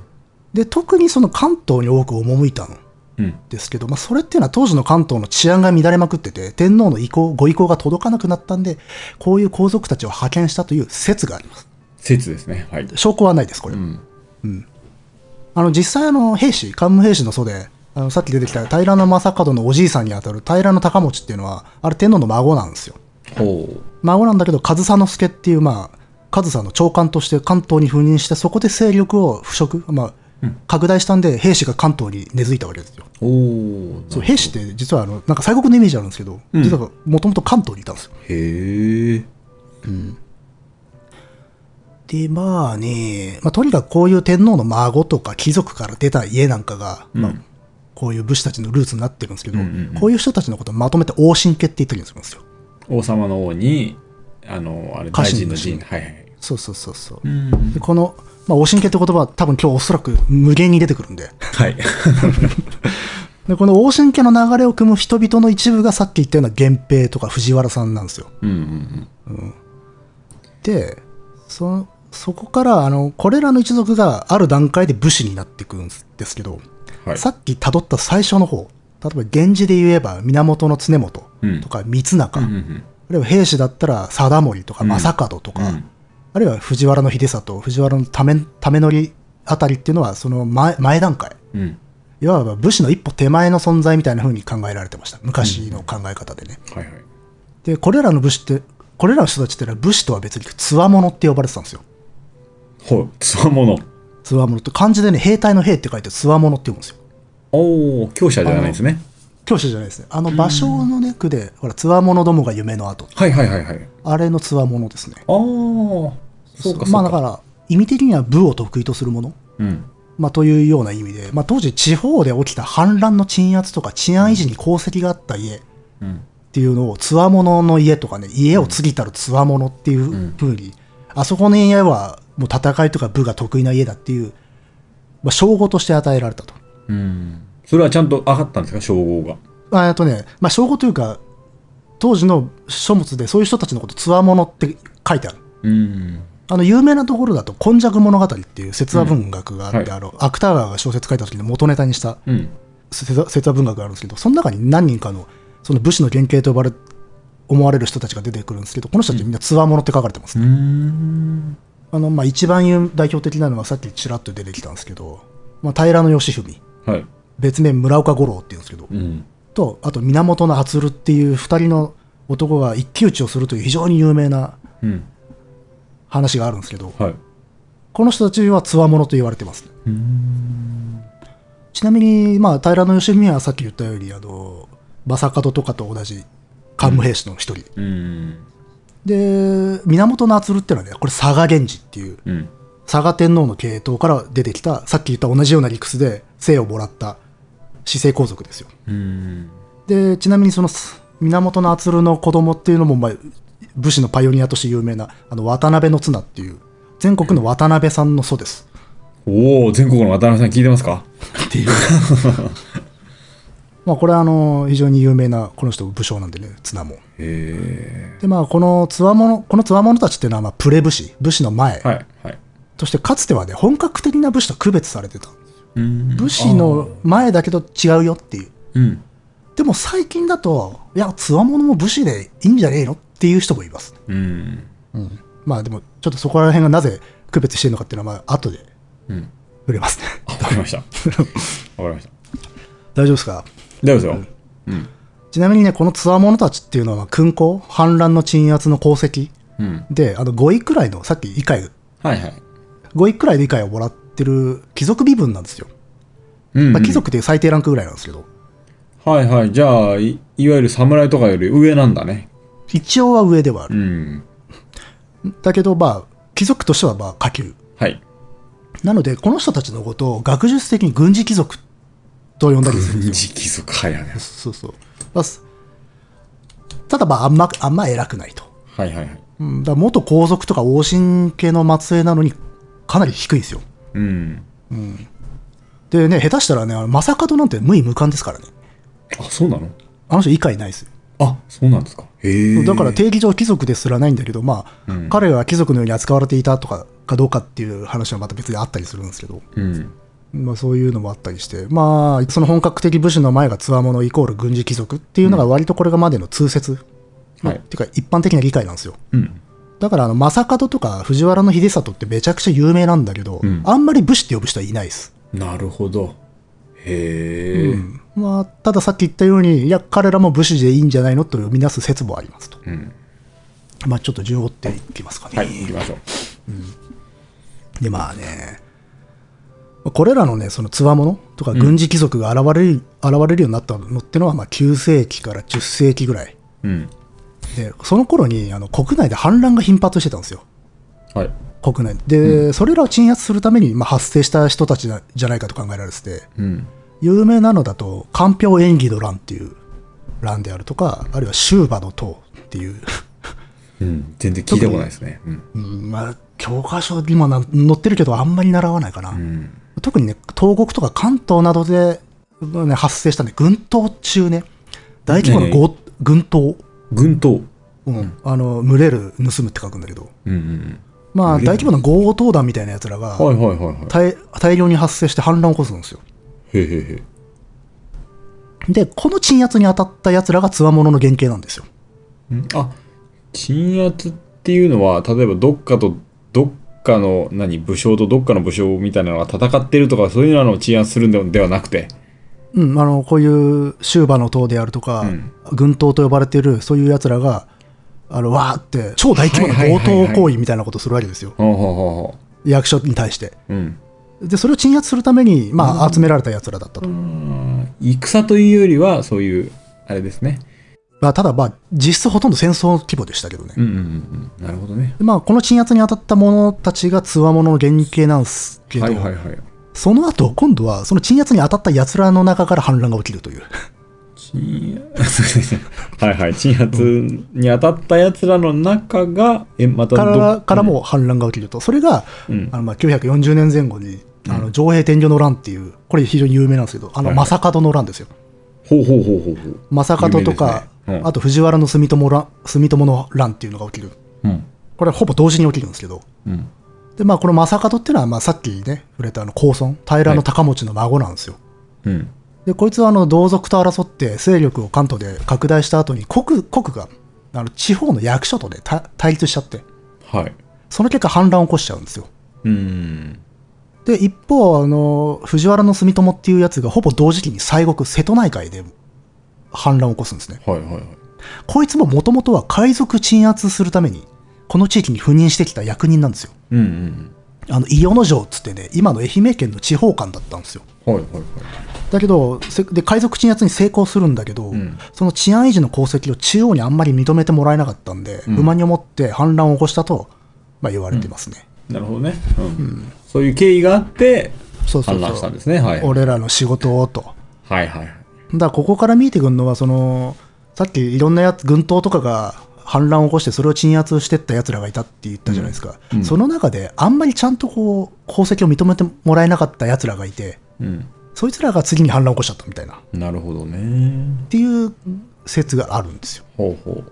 [SPEAKER 2] で特にその関東に多く赴いたん
[SPEAKER 1] うん。
[SPEAKER 2] ですけど、まあ、それっていうのは当時の関東の治安が乱れまくってて天皇の意向ご意向が届かなくなったんでこういう皇族たちを派遣したという説があります
[SPEAKER 1] 説ですね。はい。
[SPEAKER 2] 証拠はないですこれ、
[SPEAKER 1] うん。
[SPEAKER 2] あの実際あの兵士桓武兵士の祖であのさっき出てきた平将門のおじいさんにあたる平高持っていうのはあれ天皇の孫なんですよ
[SPEAKER 1] ほう。
[SPEAKER 2] 孫なんだけど上総介っていうまあ上総の長官として関東に赴任してそこで勢力を腐食、まあ、拡大したんで兵士が関東に根付いたわけですよ、
[SPEAKER 1] おお。
[SPEAKER 2] そう兵士って実はあのなんか西国のイメージあるんですけど、
[SPEAKER 1] うん
[SPEAKER 2] 実はもともと関東にいたんですよ
[SPEAKER 1] へえ。
[SPEAKER 2] でまあね、まあ、とにかくこういう天皇の孫とか貴族から出た家なんかが、まあ、こういう武士たちのルーツになってるんですけど、
[SPEAKER 1] うんうんうん
[SPEAKER 2] こういう人たちのことをまとめて王神家って言ったりするんですよ
[SPEAKER 1] 王様の王に、あの、あれ、
[SPEAKER 2] 家
[SPEAKER 1] 大
[SPEAKER 2] 臣
[SPEAKER 1] 臣
[SPEAKER 2] の
[SPEAKER 1] の
[SPEAKER 2] 臣
[SPEAKER 1] 臣。はいはい。
[SPEAKER 2] そうそうそうそう、
[SPEAKER 1] うん。
[SPEAKER 2] でこの、まあ、王神家って言葉は多分今日おそらく無限に出てくるんで
[SPEAKER 1] はい。
[SPEAKER 2] でこの王神家の流れを組む人々の一部がさっき言ったような源平とか藤原さんなんですよ。
[SPEAKER 1] うんうん
[SPEAKER 2] でそそこからあのこれらの一族がある段階で武士になっていくんですけど、
[SPEAKER 1] うん。はい。
[SPEAKER 2] さっき辿った最初の方例えば源氏で言えば源常元とか三中、
[SPEAKER 1] うんうん
[SPEAKER 2] あるいは兵士だったら貞盛とか
[SPEAKER 1] うん
[SPEAKER 2] 正門とか、
[SPEAKER 1] うん
[SPEAKER 2] あるいは藤原秀里藤原のためためのりあたりっていうのはその前前段階
[SPEAKER 1] うん。うん。
[SPEAKER 2] いわば武士の一歩手前の存在みたいな風に考えられてました昔の考え方でね、
[SPEAKER 1] はいはい。
[SPEAKER 2] でこれらの武士ってこれらの人たちってのは武士とは別につわものって呼ばれてたんですよ
[SPEAKER 1] ほう。つわもの。
[SPEAKER 2] つわものって漢字でね兵隊の兵って書いてつわものって読むんですよ
[SPEAKER 1] おお、強者じゃないですね。
[SPEAKER 2] 教師じゃないですねあの芭蕉のね句でほらつわものどもが夢の後
[SPEAKER 1] はいはいはいはい。
[SPEAKER 2] あれのつわものですね
[SPEAKER 1] ああ、そうかそうか。
[SPEAKER 2] まあだから意味的には武を得意とするもの
[SPEAKER 1] うん。
[SPEAKER 2] まあ、というような意味で、まあ、当時地方で起きた反乱の鎮圧とか治安維持に功績があった家、
[SPEAKER 1] うん。
[SPEAKER 2] っていうのを、つわものの家とかね、家を継ぎたるつわものっていう風に、あそこの家はもう戦いとか武が得意な家だっていう、まあ、称号として与えられたと。
[SPEAKER 1] うん。それはちゃんと上がったんですか、称号が。
[SPEAKER 2] あえっとね、まあ、称号というか、当時の書物でそういう人たちのこと、つわものって書いてある。
[SPEAKER 1] うん。
[SPEAKER 2] あの有名なところだと、今昔物語っていう説話文学があって、
[SPEAKER 1] うんはい
[SPEAKER 2] あの芥川が小説書いた時の元ネタにした
[SPEAKER 1] うん。
[SPEAKER 2] 説話説話文学があるんですけど、その中に何人かのその武士の原型と呼ばれ思われる人たちが出てくるんですけど、この人たちみんなつわものって書かれてます
[SPEAKER 1] う。ん。
[SPEAKER 2] あのまあ、一番有代表的なのはさっきちらっと出てきたんですけど、まあ、平義文
[SPEAKER 1] はい。
[SPEAKER 2] 別名村岡五郎っていうんですけど、
[SPEAKER 1] うん。
[SPEAKER 2] とあと源の初っていう2人の男が一騎打ちをするという非常に有名な
[SPEAKER 1] うん。
[SPEAKER 2] 話があるんですけど
[SPEAKER 1] はい。
[SPEAKER 2] この人たちはつわものと言われてますちなみに、まあ、平義文はさっき言ったようにあの正門とかと同じ桓武兵士の一人、
[SPEAKER 1] うん。
[SPEAKER 2] で源の初っていうのはねこれ佐賀源氏っていう
[SPEAKER 1] うん。
[SPEAKER 2] 佐賀天皇の系統から出てきたさっき言った同じような理屈で姓をもらった死姓皇族ですよ
[SPEAKER 1] うん。
[SPEAKER 2] でちなみにそのす源の敦の子供っていうのも、まあ、武士のパイオニアとして有名なあの渡辺の綱っていう全国の渡辺さんの祖です
[SPEAKER 1] おお、全国の渡辺さん聞いてますか
[SPEAKER 2] っていう まあ、これはあの非常に有名なこの人武将なんでね綱も
[SPEAKER 1] へ
[SPEAKER 2] でまあこのつわものこのつわものたちっていうのはまあプレ武士武士の前
[SPEAKER 1] え。はい、はい。
[SPEAKER 2] としてかつてはね本格的な武士と区別されてた
[SPEAKER 1] うん
[SPEAKER 2] 武士の前だけど違うよっていう
[SPEAKER 1] うん。
[SPEAKER 2] でも最近だといやつわものも武士でいいんじゃねえのっていう人もいます、
[SPEAKER 1] うん。
[SPEAKER 2] うん、まあでもちょっとそこら辺がなぜ区別してるのかっていうのはまあ後で
[SPEAKER 1] うん。
[SPEAKER 2] 触れますね
[SPEAKER 1] わかり ました。わかりました。
[SPEAKER 2] 大丈夫ですか
[SPEAKER 1] 大丈夫ですよ。うん。
[SPEAKER 2] ちなみにねこのつわものたちっていうのは勲功反乱の鎮圧の功績
[SPEAKER 1] うん。
[SPEAKER 2] であの5位くらいのさっき異界
[SPEAKER 1] はいはい。
[SPEAKER 2] 5位くらいで理解をもらってる貴族身分なんですよ。
[SPEAKER 1] うん、うん
[SPEAKER 2] まあ、貴族っていう最低ランクぐらいなんですけど、
[SPEAKER 1] はいはい。じゃあ、いいわゆる侍とかより上なんだね。
[SPEAKER 2] 一応は上ではあ
[SPEAKER 1] う
[SPEAKER 2] る。
[SPEAKER 1] ん。
[SPEAKER 2] だけど、まあ、貴族としてはまあ下級。
[SPEAKER 1] はい。
[SPEAKER 2] なので、この人たちのことを学術的に軍事貴族と呼んだり するん
[SPEAKER 1] 軍
[SPEAKER 2] です
[SPEAKER 1] 事
[SPEAKER 2] よ。
[SPEAKER 1] 貴族早いね。
[SPEAKER 2] そうそう。まあすただ、まあ、あんま、あんま偉くないと。
[SPEAKER 1] はいはいはい。
[SPEAKER 2] うん、だから元皇族とか王神系の末裔なのに、かなり低いですよ。
[SPEAKER 1] うん。
[SPEAKER 2] でね、下手したらね、あの正門なんて無位無冠ですからね。
[SPEAKER 1] あ、そうなの
[SPEAKER 2] あの人以下いないですよ。
[SPEAKER 1] あ、そうなんですか。へえ。
[SPEAKER 2] だから定義上貴族ですらないんだけど、まあ、
[SPEAKER 1] うん
[SPEAKER 2] 彼は貴族のように扱われていたとかかどうかっていう話はまた別であったりするんですけど、
[SPEAKER 1] うん。
[SPEAKER 2] まあ、そういうのもあったりして、まあ、その本格的武士の前が強者イコール軍事貴族っていうのが割とこれがまでの通説、
[SPEAKER 1] はい
[SPEAKER 2] っていうか一般的な理解なんですよ。
[SPEAKER 1] うん。
[SPEAKER 2] だからあの正門とか藤原秀里ってめちゃくちゃ有名なんだけど、
[SPEAKER 1] うん
[SPEAKER 2] あんまり武士って呼ぶ人はいないです。
[SPEAKER 1] なるほど。へえ。うん。
[SPEAKER 2] まあ、たださっき言ったように、いや、彼らも武士でいいんじゃないのと読み出す説もありますと。まあ、ちょっと順を追っていきますかね。
[SPEAKER 1] はい、行きましょう。
[SPEAKER 2] でまあねこれらのねそのつわものとか軍事貴族が現れる,、現れるようになったのってのは、まあ、9世紀から10世紀ぐらい
[SPEAKER 1] うん。
[SPEAKER 2] でその頃にあの国内で反乱が頻発してたんですよ
[SPEAKER 1] はい。
[SPEAKER 2] 国内で、それらを鎮圧するために、まあ、発生した人たちなじゃないかと考えられてて
[SPEAKER 1] うん。
[SPEAKER 2] 有名なのだと官票演技の乱っていう乱であるとかあるいは修馬の塔っていう、
[SPEAKER 1] うん。全然聞いたことないですね。うん。
[SPEAKER 2] うんまあ、教科書にもな載ってるけどあんまり習わないかな、
[SPEAKER 1] うん。
[SPEAKER 2] 特にね、東北とか関東などで、まあね、発生したね、群島中ね、大規模な
[SPEAKER 1] ねえ
[SPEAKER 2] 強、群島、
[SPEAKER 1] 軍刀。
[SPEAKER 2] うんあの、群れる、盗むって書くんだけど、
[SPEAKER 1] うんうん
[SPEAKER 2] まあ、
[SPEAKER 1] 群れ
[SPEAKER 2] 大
[SPEAKER 1] る
[SPEAKER 2] 規模な強盗団みたいなやつらが
[SPEAKER 1] うん。はいはいはいは
[SPEAKER 2] 大、大量に発生して反乱を起こすんですよ。
[SPEAKER 1] い。へへへ。
[SPEAKER 2] で、この鎮圧に当たったやつらがつわものの原型なんですよ。
[SPEAKER 1] うんあ、鎮圧っていうのは、例えばどっかとどっかの、何、武将とどっかの武将みたいなのが戦ってるとか、そういうのを鎮圧するんでではなくて。
[SPEAKER 2] うん、あの、こういう修馬の塔であるとか、
[SPEAKER 1] うん
[SPEAKER 2] 群島と呼ばれている、そういうやつらが、あの、わーって、超大規模な強盗行為みたいなことをするわけですよ。
[SPEAKER 1] はあはあはあはあ。
[SPEAKER 2] 役所に対して。
[SPEAKER 1] うん。
[SPEAKER 2] でそれを鎮圧するために、まあ、集められたやつらだったと、
[SPEAKER 1] うん戦というよりは、そういう、あれですね。
[SPEAKER 2] まあ、ただ、まあ、実質ほとんど戦争規模でしたけどね、
[SPEAKER 1] うんうんうんうん。なるほどね。
[SPEAKER 2] でまあ、この鎮圧に当たった者たちがつわものの原型なんですけど、
[SPEAKER 1] はいはいはい。
[SPEAKER 2] その後今度はその鎮圧に当たったやつらの中から反乱が起きるという、
[SPEAKER 1] 鎮圧 はいはい鎮圧に当たったやつらの中がえまた
[SPEAKER 2] から
[SPEAKER 1] ど
[SPEAKER 2] からも反乱が起きると、それが、
[SPEAKER 1] うん
[SPEAKER 2] あのまあ940年前後に、あの上兵天領の乱っていう、これ非常に有名なんですけど、あの
[SPEAKER 1] はいはい
[SPEAKER 2] 正門の乱ですよ。
[SPEAKER 1] ほうほうほうほうほう
[SPEAKER 2] 正門とか、
[SPEAKER 1] 有名ですねうん
[SPEAKER 2] あと藤原の住友乱住友の乱っていうのが起きる、
[SPEAKER 1] うん
[SPEAKER 2] これはほぼ同時に起きるんですけど。
[SPEAKER 1] うん
[SPEAKER 2] でまあこの正門っていうのはまあさっきね触れたあの高尊平の高持の孫なんですよ、
[SPEAKER 1] うん
[SPEAKER 2] でこいつはあの同族と争って勢力を関東で拡大した後に国国があの地方の役所とねた対立しちゃって
[SPEAKER 1] はい
[SPEAKER 2] その結果反乱を起こしちゃうんですよ
[SPEAKER 1] うん
[SPEAKER 2] で一方あの藤原の住友っていうやつがほぼ同時期に西国瀬戸内海で反乱を起こすんですね
[SPEAKER 1] はいはいはい
[SPEAKER 2] こいつももともとは海賊鎮圧するためにこの地域に赴任してきた役人なんですよ
[SPEAKER 1] うんうん
[SPEAKER 2] あの伊予の城っつってね今の愛媛県の地方官だったんですよ
[SPEAKER 1] うんはいはいはい
[SPEAKER 2] だけどせで海賊鎮圧に成功するんだけど、
[SPEAKER 1] ん
[SPEAKER 2] その治安維持の功績を中央にあんまり認めてもらえなかったんで、
[SPEAKER 1] ん
[SPEAKER 2] 不満に思って反乱を起こしたと、まあ、言われてますね、
[SPEAKER 1] なるほどねうん、そういう経緯があって
[SPEAKER 2] そうそう
[SPEAKER 1] 反
[SPEAKER 2] そう
[SPEAKER 1] 乱したんですねはいはい
[SPEAKER 2] 俺らの仕事をと
[SPEAKER 1] はいはい
[SPEAKER 2] だからここから見えてくるのはそのさっきいろんなやつ軍党とかが反乱を起こしてそれを鎮圧してったやつらがいたって言ったじゃないですか、
[SPEAKER 1] うんうん
[SPEAKER 2] その中であんまりちゃんとこう功績を認めてもらえなかったやつらがいて
[SPEAKER 1] うん
[SPEAKER 2] そそいつらが次に反乱を起こしちゃったみたいなっ
[SPEAKER 1] なるほどね。
[SPEAKER 2] ていう説があるんですよ。
[SPEAKER 1] ほうほ
[SPEAKER 2] で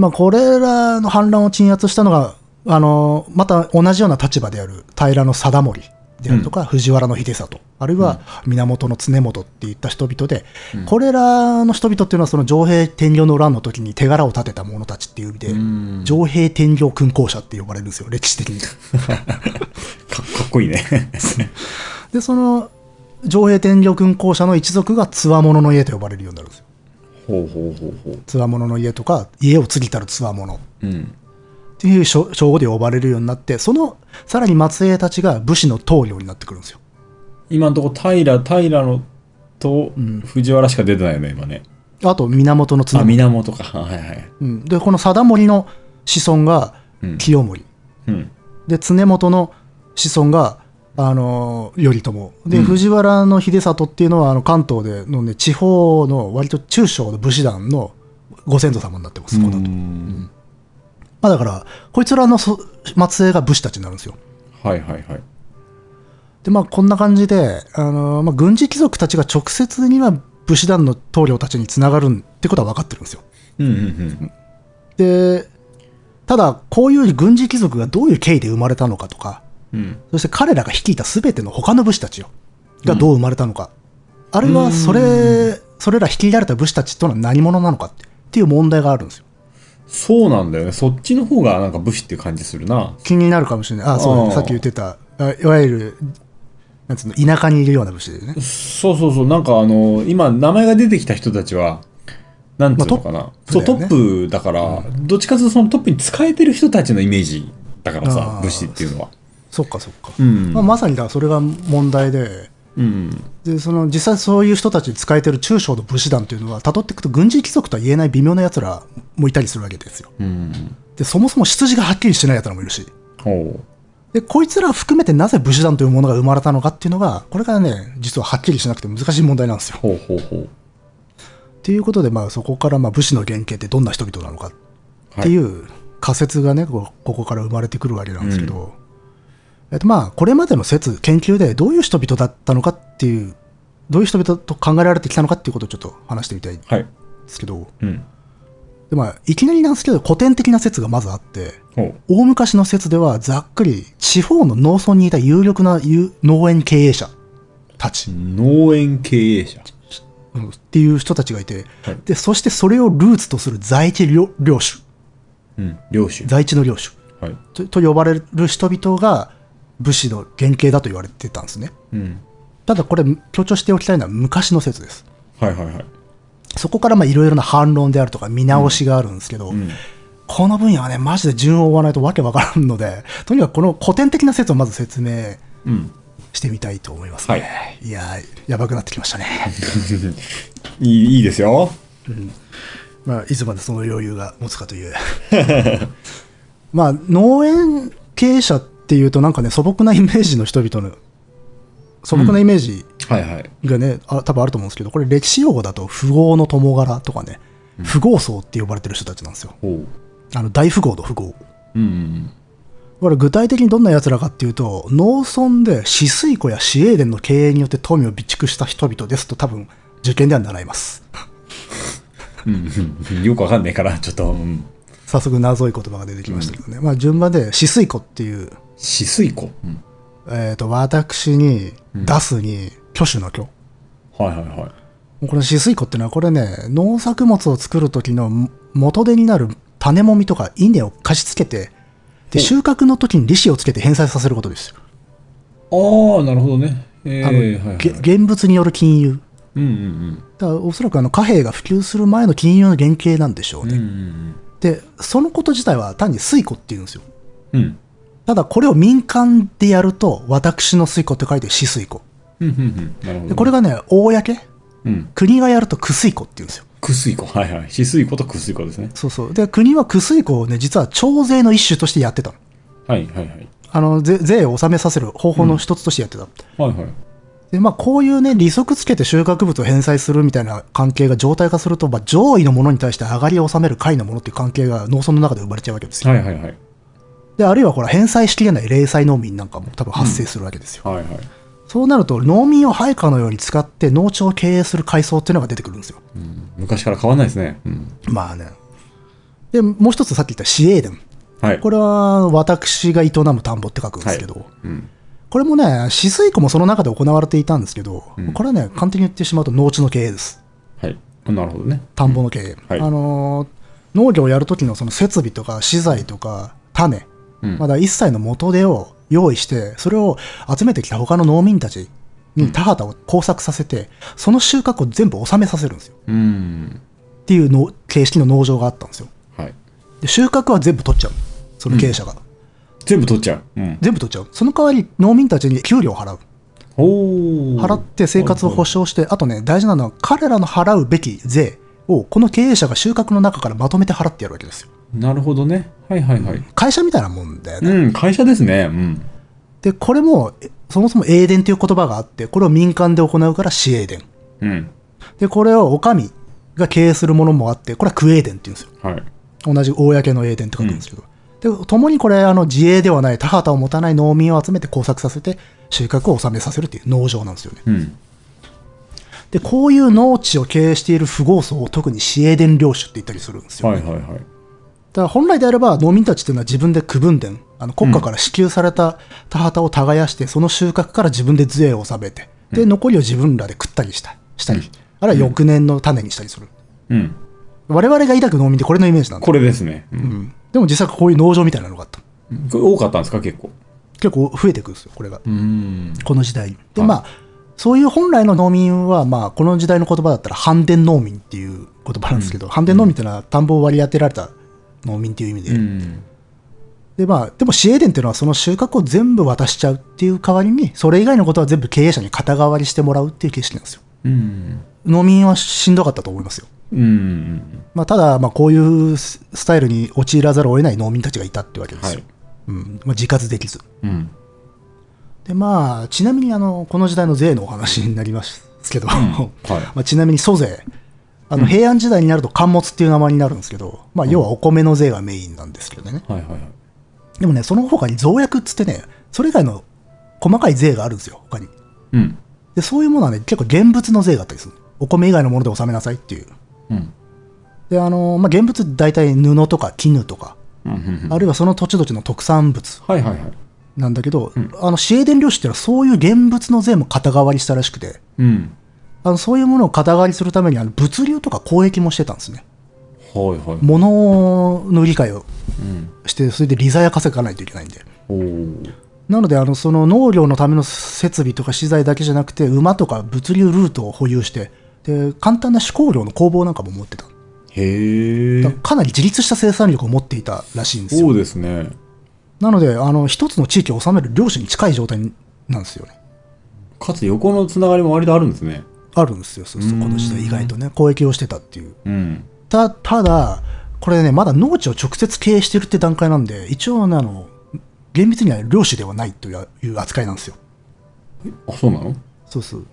[SPEAKER 2] まあ、これらの反乱を鎮圧したのがあのまた同じような立場である平定盛であるとか、藤原秀里あるいは源常元っていった人々で、これらの人々っていうのはその上兵天領の乱の時に手柄を立てた者たちっていう意味で、
[SPEAKER 1] ん
[SPEAKER 2] 上兵天領勲功者って呼ばれるんですよ歴史的に。
[SPEAKER 1] う。かかっこいい ね。
[SPEAKER 2] でその上兵天領勲功者の一族がつわものの家と呼ばれるようになるんですよ。
[SPEAKER 1] ほうほうほうほう。
[SPEAKER 2] つわものの家とか家を継ぎたるつわもの
[SPEAKER 1] うん。
[SPEAKER 2] っていう称称号で呼ばれるようになって、そのさらに末裔たちが武士の棟梁になってくるんですよ。
[SPEAKER 1] 今のとこ平、平のと藤原しか出てないよね、今ね。
[SPEAKER 2] あと源の綱
[SPEAKER 1] あ、源か。はいはい。
[SPEAKER 2] うん、でこの貞盛の子孫が
[SPEAKER 1] うん
[SPEAKER 2] 清盛、
[SPEAKER 1] うん。
[SPEAKER 2] で常元の子孫が、あのー頼朝で、
[SPEAKER 1] うん
[SPEAKER 2] 藤原の秀里っていうのはあの関東での、ね、地方の割と中小の武士団のご先祖様になってます、この後
[SPEAKER 1] うん
[SPEAKER 2] まあ、だからこいつらのそ末裔が武士たちになるんですよ。
[SPEAKER 1] はいはいはい。
[SPEAKER 2] でまあこんな感じで、あのーまあ、軍事貴族たちが直接には武士団の棟梁たちにつながるってことは分かってるんですよ。
[SPEAKER 1] うんうんうん。
[SPEAKER 2] でただこういう軍事貴族がどういう経緯で生まれたのかとか
[SPEAKER 1] うん。
[SPEAKER 2] そして彼らが率いた全ての他の武士たちよがどう生まれたのか、あるいはそれそれら率いられた武士たちというのは何者なのかってっていう問題があるんですよ
[SPEAKER 1] そうなんだよね。そっちの方がなんか武士っていう感じするな。
[SPEAKER 2] 気になるかもしれないあそうだね
[SPEAKER 1] あー
[SPEAKER 2] さっき言ってたあいわゆるなんつうの田舎にいるような武士でね
[SPEAKER 1] そうそうそう、なんかあの、今、名前が出てきた人たちは、なんていうのかな、そう、
[SPEAKER 2] ト
[SPEAKER 1] ト
[SPEAKER 2] ップだよね
[SPEAKER 1] ップだから、どっちかというとそのトップに使えてる人たちのイメージだからさ
[SPEAKER 2] あ、ー
[SPEAKER 1] 武士っていうのは。
[SPEAKER 2] そっかそっか、
[SPEAKER 1] うん
[SPEAKER 2] まあ、まさにだからそれが問題で
[SPEAKER 1] うん。
[SPEAKER 2] でその実際そういう人たちに使えてる中小の武士団というのは辿っていくと軍事貴族とは言えない微妙なやつらもいたりするわけですよ
[SPEAKER 1] うん。
[SPEAKER 2] でそもそも出自がはっきりしてないやつらもいるし
[SPEAKER 1] おう
[SPEAKER 2] でこいつら含めてなぜ武士団というものが生まれたのかっていうのがこれがね実ははっきりしなくて難しい問題なんですよ。
[SPEAKER 1] ほうほうほう。
[SPEAKER 2] ということで、まあ、そこからまあ武士の原型ってどんな人々なのか
[SPEAKER 1] は
[SPEAKER 2] っていう仮説がねこうここから生まれてくるわけなんですけど、えっと、まあこれまでの説研究でどういう人々だったのかっていうどういう人々と考えられてきたのかっていうことをちょっと話してみたいんで
[SPEAKER 1] はい。
[SPEAKER 2] すけど
[SPEAKER 1] うん。
[SPEAKER 2] で、まあ、いきなりなんですけど古典的な説がまずあって。
[SPEAKER 1] ほう。
[SPEAKER 2] 大昔の説ではざっくり地方の農村にいた有力な有農園経営者たち
[SPEAKER 1] 農園経営者。
[SPEAKER 2] うんっていう人たちがいて、
[SPEAKER 1] はい
[SPEAKER 2] でそしてそれをルーツとする在地領領主
[SPEAKER 1] うん。領主。
[SPEAKER 2] 在地の領主
[SPEAKER 1] はい。
[SPEAKER 2] とと呼ばれる人々が武士の原型だと言われてたんですね
[SPEAKER 1] うん。
[SPEAKER 2] ただこれ強調しておきたいのは昔の説です
[SPEAKER 1] はいはいはい。
[SPEAKER 2] そこからまあいろいろな反論であるとか見直しがあるんですけど、
[SPEAKER 1] うん。
[SPEAKER 2] この分野はねマジで順を追わないとわけわからんので とにかくこの古典的な説をまず説明
[SPEAKER 1] うん。
[SPEAKER 2] してみたいと思います、
[SPEAKER 1] はい
[SPEAKER 2] ね。い、やー、やばくなってきましたね。
[SPEAKER 1] いい、いいですよ。
[SPEAKER 2] まあ、いつまでその余裕が持つかという。 まあ、農園経営者っていうと、なんかね、素朴なイメージの人々の、素朴なイメージ
[SPEAKER 1] はいはい。
[SPEAKER 2] がね、あ多分あると思うんですけど、これ歴史用語だと、富豪の友柄とかね、富豪層って呼ばれてる人たちなんですよ。
[SPEAKER 1] ほう。
[SPEAKER 2] あの大富豪と富豪。
[SPEAKER 1] うんうん
[SPEAKER 2] これ具体的にどんな奴らかっていうと、農村で止水湖や市営殿の経営によって富を備蓄した人々ですと多分受験では習います。
[SPEAKER 1] うん。うんうん。 よくわかんないから、ちょっと、うん。
[SPEAKER 2] 早速謎い言葉が出てきましたけどね、まあ順番で「止水湖」っていう、
[SPEAKER 1] 止水湖。うん。
[SPEAKER 2] えー、と私に出すに挙手の挙、も
[SPEAKER 1] はいはいは
[SPEAKER 2] うこの止水湖っていうのはこれね農作物を作る時のも元手になる種もみとか稲を貸し付けて
[SPEAKER 1] ほう
[SPEAKER 2] で収穫の時に利子をつけて返済させることですよ、
[SPEAKER 1] い。ああ、なるほどね。ええ
[SPEAKER 2] あの
[SPEAKER 1] はいはい。
[SPEAKER 2] げ現物による金融
[SPEAKER 1] うんうん
[SPEAKER 2] だからおそらくあの貨幣が普及する前の金融の原型なんでしょう
[SPEAKER 1] うん。う
[SPEAKER 2] ね、
[SPEAKER 1] ん
[SPEAKER 2] でそのこと自体は単に水湖っていうんですよ
[SPEAKER 1] うんうん。
[SPEAKER 2] ただこれを民間でやると私の水湖って書いて止水湖
[SPEAKER 1] うんうんうん。なるほど。
[SPEAKER 2] でこれがね、公、
[SPEAKER 1] うん。
[SPEAKER 2] 国がやるとクスイコって言うんですよ。
[SPEAKER 1] くすいこ。はいはい。しすいことくすいこですね。
[SPEAKER 2] そうそう。で、国はクスイコをね、実は徴税の一種としてやってたの。
[SPEAKER 1] はいはいはい。
[SPEAKER 2] あの、ぜ税を納めさせる方法の一つとしてやってた。
[SPEAKER 1] はいはい。
[SPEAKER 2] で、まあ、こういうね、利息つけて収穫物を返済するみたいな関係が常態化すると、まあ、上位のものに対して上がりを納める下位のものっていう関係が農村の中で生まれちゃうわけですよ。
[SPEAKER 1] はいはいはい。
[SPEAKER 2] で、あるいはほら、返済しきれない零細農民なんかも多分発生するわけですよ。
[SPEAKER 1] はいはい。
[SPEAKER 2] そうなると農民を配下のように使って農地を経営する階層っていうのが出てくるんですよ。
[SPEAKER 1] うん昔から変わんないですね。うん
[SPEAKER 2] まあね。で、もう一つさっき言ったシエーデン。
[SPEAKER 1] はい。
[SPEAKER 2] これは私が営む田んぼって書くんですけど、
[SPEAKER 1] うん
[SPEAKER 2] これもね、止水湖もその中で行われていたんですけど、
[SPEAKER 1] うん
[SPEAKER 2] これはね、簡単に言ってしまうと農地の経営です。
[SPEAKER 1] はい。なるほどね。
[SPEAKER 2] 田んぼの経営。
[SPEAKER 1] はい
[SPEAKER 2] あのー農業をやる時のその設備とか資材とか種、
[SPEAKER 1] うん
[SPEAKER 2] まだ一切の元手を用意して、それを集めてきた他の農民たちに田畑を耕作させて、その収穫を全部収めさせるんですよ。
[SPEAKER 1] うん。
[SPEAKER 2] っていうの形式の農場があったんですよ。
[SPEAKER 1] はい。
[SPEAKER 2] で収穫は全部取っちゃう。その経営者が。
[SPEAKER 1] 全部取っちゃう。うん。
[SPEAKER 2] 全部取っちゃう。その代わり農民たちに給料を払う。
[SPEAKER 1] おー
[SPEAKER 2] 払って生活を保障して、あとね、大事なのは彼らの払うべき税をこの経営者が収穫の中からまとめて払ってやるわけですよ。
[SPEAKER 1] なるほどね。はいはいはい。
[SPEAKER 2] 会社みたいなもんだよね。
[SPEAKER 1] うん、会社ですね。うん。
[SPEAKER 2] で、これも、えそもそも英伝という言葉があって、これを民間で行うから私英伝。
[SPEAKER 1] うん。
[SPEAKER 2] で、これをお上が経営するものもあって、これは区営伝って言うんですよ。
[SPEAKER 1] はい。
[SPEAKER 2] 同じ公の英伝って書くんですけど。で、共にこれ、あの、自営ではない、田畑を持たない農民を集めて工作させて、収穫を収めさせるっていう農場なんですよね。
[SPEAKER 1] うん。
[SPEAKER 2] で、こういう農地を経営している富豪層を特に私営伝領主って言ったりするんですよ。
[SPEAKER 1] はいはいはい。
[SPEAKER 2] だから本来であれば農民たちというのは自分で区分田あの国家から支給された田畑を耕して、その収穫から自分で税を納めてで残りを自分らで食ったりしたしたり、あるいは翌年の種にしたりする、
[SPEAKER 1] うん。
[SPEAKER 2] 我々が抱く農民ってこれのイメージなんだ、
[SPEAKER 1] これですね。うん
[SPEAKER 2] うんでも実際こういう農場みたいなのがあった
[SPEAKER 1] これ多かったんですか、結構。
[SPEAKER 2] 結構増えていくんですよこれが、
[SPEAKER 1] うん。
[SPEAKER 2] この時代にで
[SPEAKER 1] はい
[SPEAKER 2] まあそういう本来の農民は、まあ、この時代の言葉だったら、反田農民っていう言葉なんですけど、反田農民っていうのは田んぼを割り当てられた農民っていう意味で、
[SPEAKER 1] うん。
[SPEAKER 2] でまあ、でも、私営伝っていうのは、その収穫を全部渡しちゃうっていう代わりに、それ以外のことは全部経営者に肩代わりしてもらうっていう形式なんですよ。
[SPEAKER 1] うん。
[SPEAKER 2] 農民はしんどかったと思いますよ。
[SPEAKER 1] うん。
[SPEAKER 2] まあ、ただ、まあ、こういうススタイルに陥らざるを得ない農民たちがいたってわけで
[SPEAKER 1] は
[SPEAKER 2] すよ。
[SPEAKER 1] い。
[SPEAKER 2] うんまあ、自活できず。
[SPEAKER 1] うん。
[SPEAKER 2] で、まあ、ちなみに、あの、この時代の税のお話になりますけ ど、まあ、ちなみに租税。あの平安時代になると貫物っていう名前になるんですけど、まあ、要はお米の税がメインなんですけどね。
[SPEAKER 1] はいはいはい。
[SPEAKER 2] でもね、その他に増薬っつってね、それ以外の細かい税があるんですよ、他に。
[SPEAKER 1] うん。
[SPEAKER 2] で、そういうものはね、結構現物の税があったりする。お米以外のもので納めなさいっていう。
[SPEAKER 1] うん。
[SPEAKER 2] で、あのーまあ、現物って大体布とか絹とか、
[SPEAKER 1] うんうん。
[SPEAKER 2] あるいはその土地土地の特産物
[SPEAKER 1] はいはいはい。
[SPEAKER 2] なんだけど、あの、私営伝領主っていうのはそういう現物の税も肩代わりしたらしくて、
[SPEAKER 1] うん。
[SPEAKER 2] あの、そういうものを肩代わりするために、あの、物流とか交易もしてたんですね。
[SPEAKER 1] はいはい。
[SPEAKER 2] 物の理解を
[SPEAKER 1] うん。
[SPEAKER 2] して、それで利材は稼がないといけないんで。
[SPEAKER 1] おー
[SPEAKER 2] なのであのその農業のための設備とか資材だけじゃなくて馬とか物流ルートを保有してで簡単な手工業の工房なんかも持ってた
[SPEAKER 1] へ
[SPEAKER 2] だ
[SPEAKER 1] え
[SPEAKER 2] から。かなり自立した生産力を持っていたらしいんです
[SPEAKER 1] そ
[SPEAKER 2] よ
[SPEAKER 1] うですね。
[SPEAKER 2] なのであの一つの地域を治める領主に近い状態なんですよね
[SPEAKER 1] かつ横のつながりも割とあるんですね。
[SPEAKER 2] あるんですよそうそう
[SPEAKER 1] うん
[SPEAKER 2] この時代意外とね交易をしてたっていう
[SPEAKER 1] うん。
[SPEAKER 2] たただこれねまだ農地を直接経営してるって段階なんで一応ねあの厳密には領主ではないといういう扱いなんですよ
[SPEAKER 1] あ、そうなの
[SPEAKER 2] そうそう。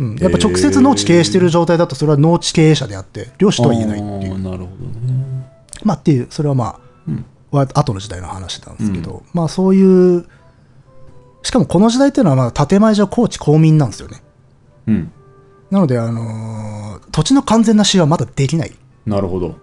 [SPEAKER 2] うん、やっぱ直接農地経営してる状態だとそれは農地経営者であって漁師とは言えないっていう
[SPEAKER 1] あーなるほどね。
[SPEAKER 2] まあっていうそれはま
[SPEAKER 1] うん。
[SPEAKER 2] あわ後の時代の話なんですけど、まあそういうしかもこの時代っていうのはまだ建前上高知公民なんですよね
[SPEAKER 1] うん。
[SPEAKER 2] なので、あのー土地の完全な使用はまだできない、
[SPEAKER 1] なるほど。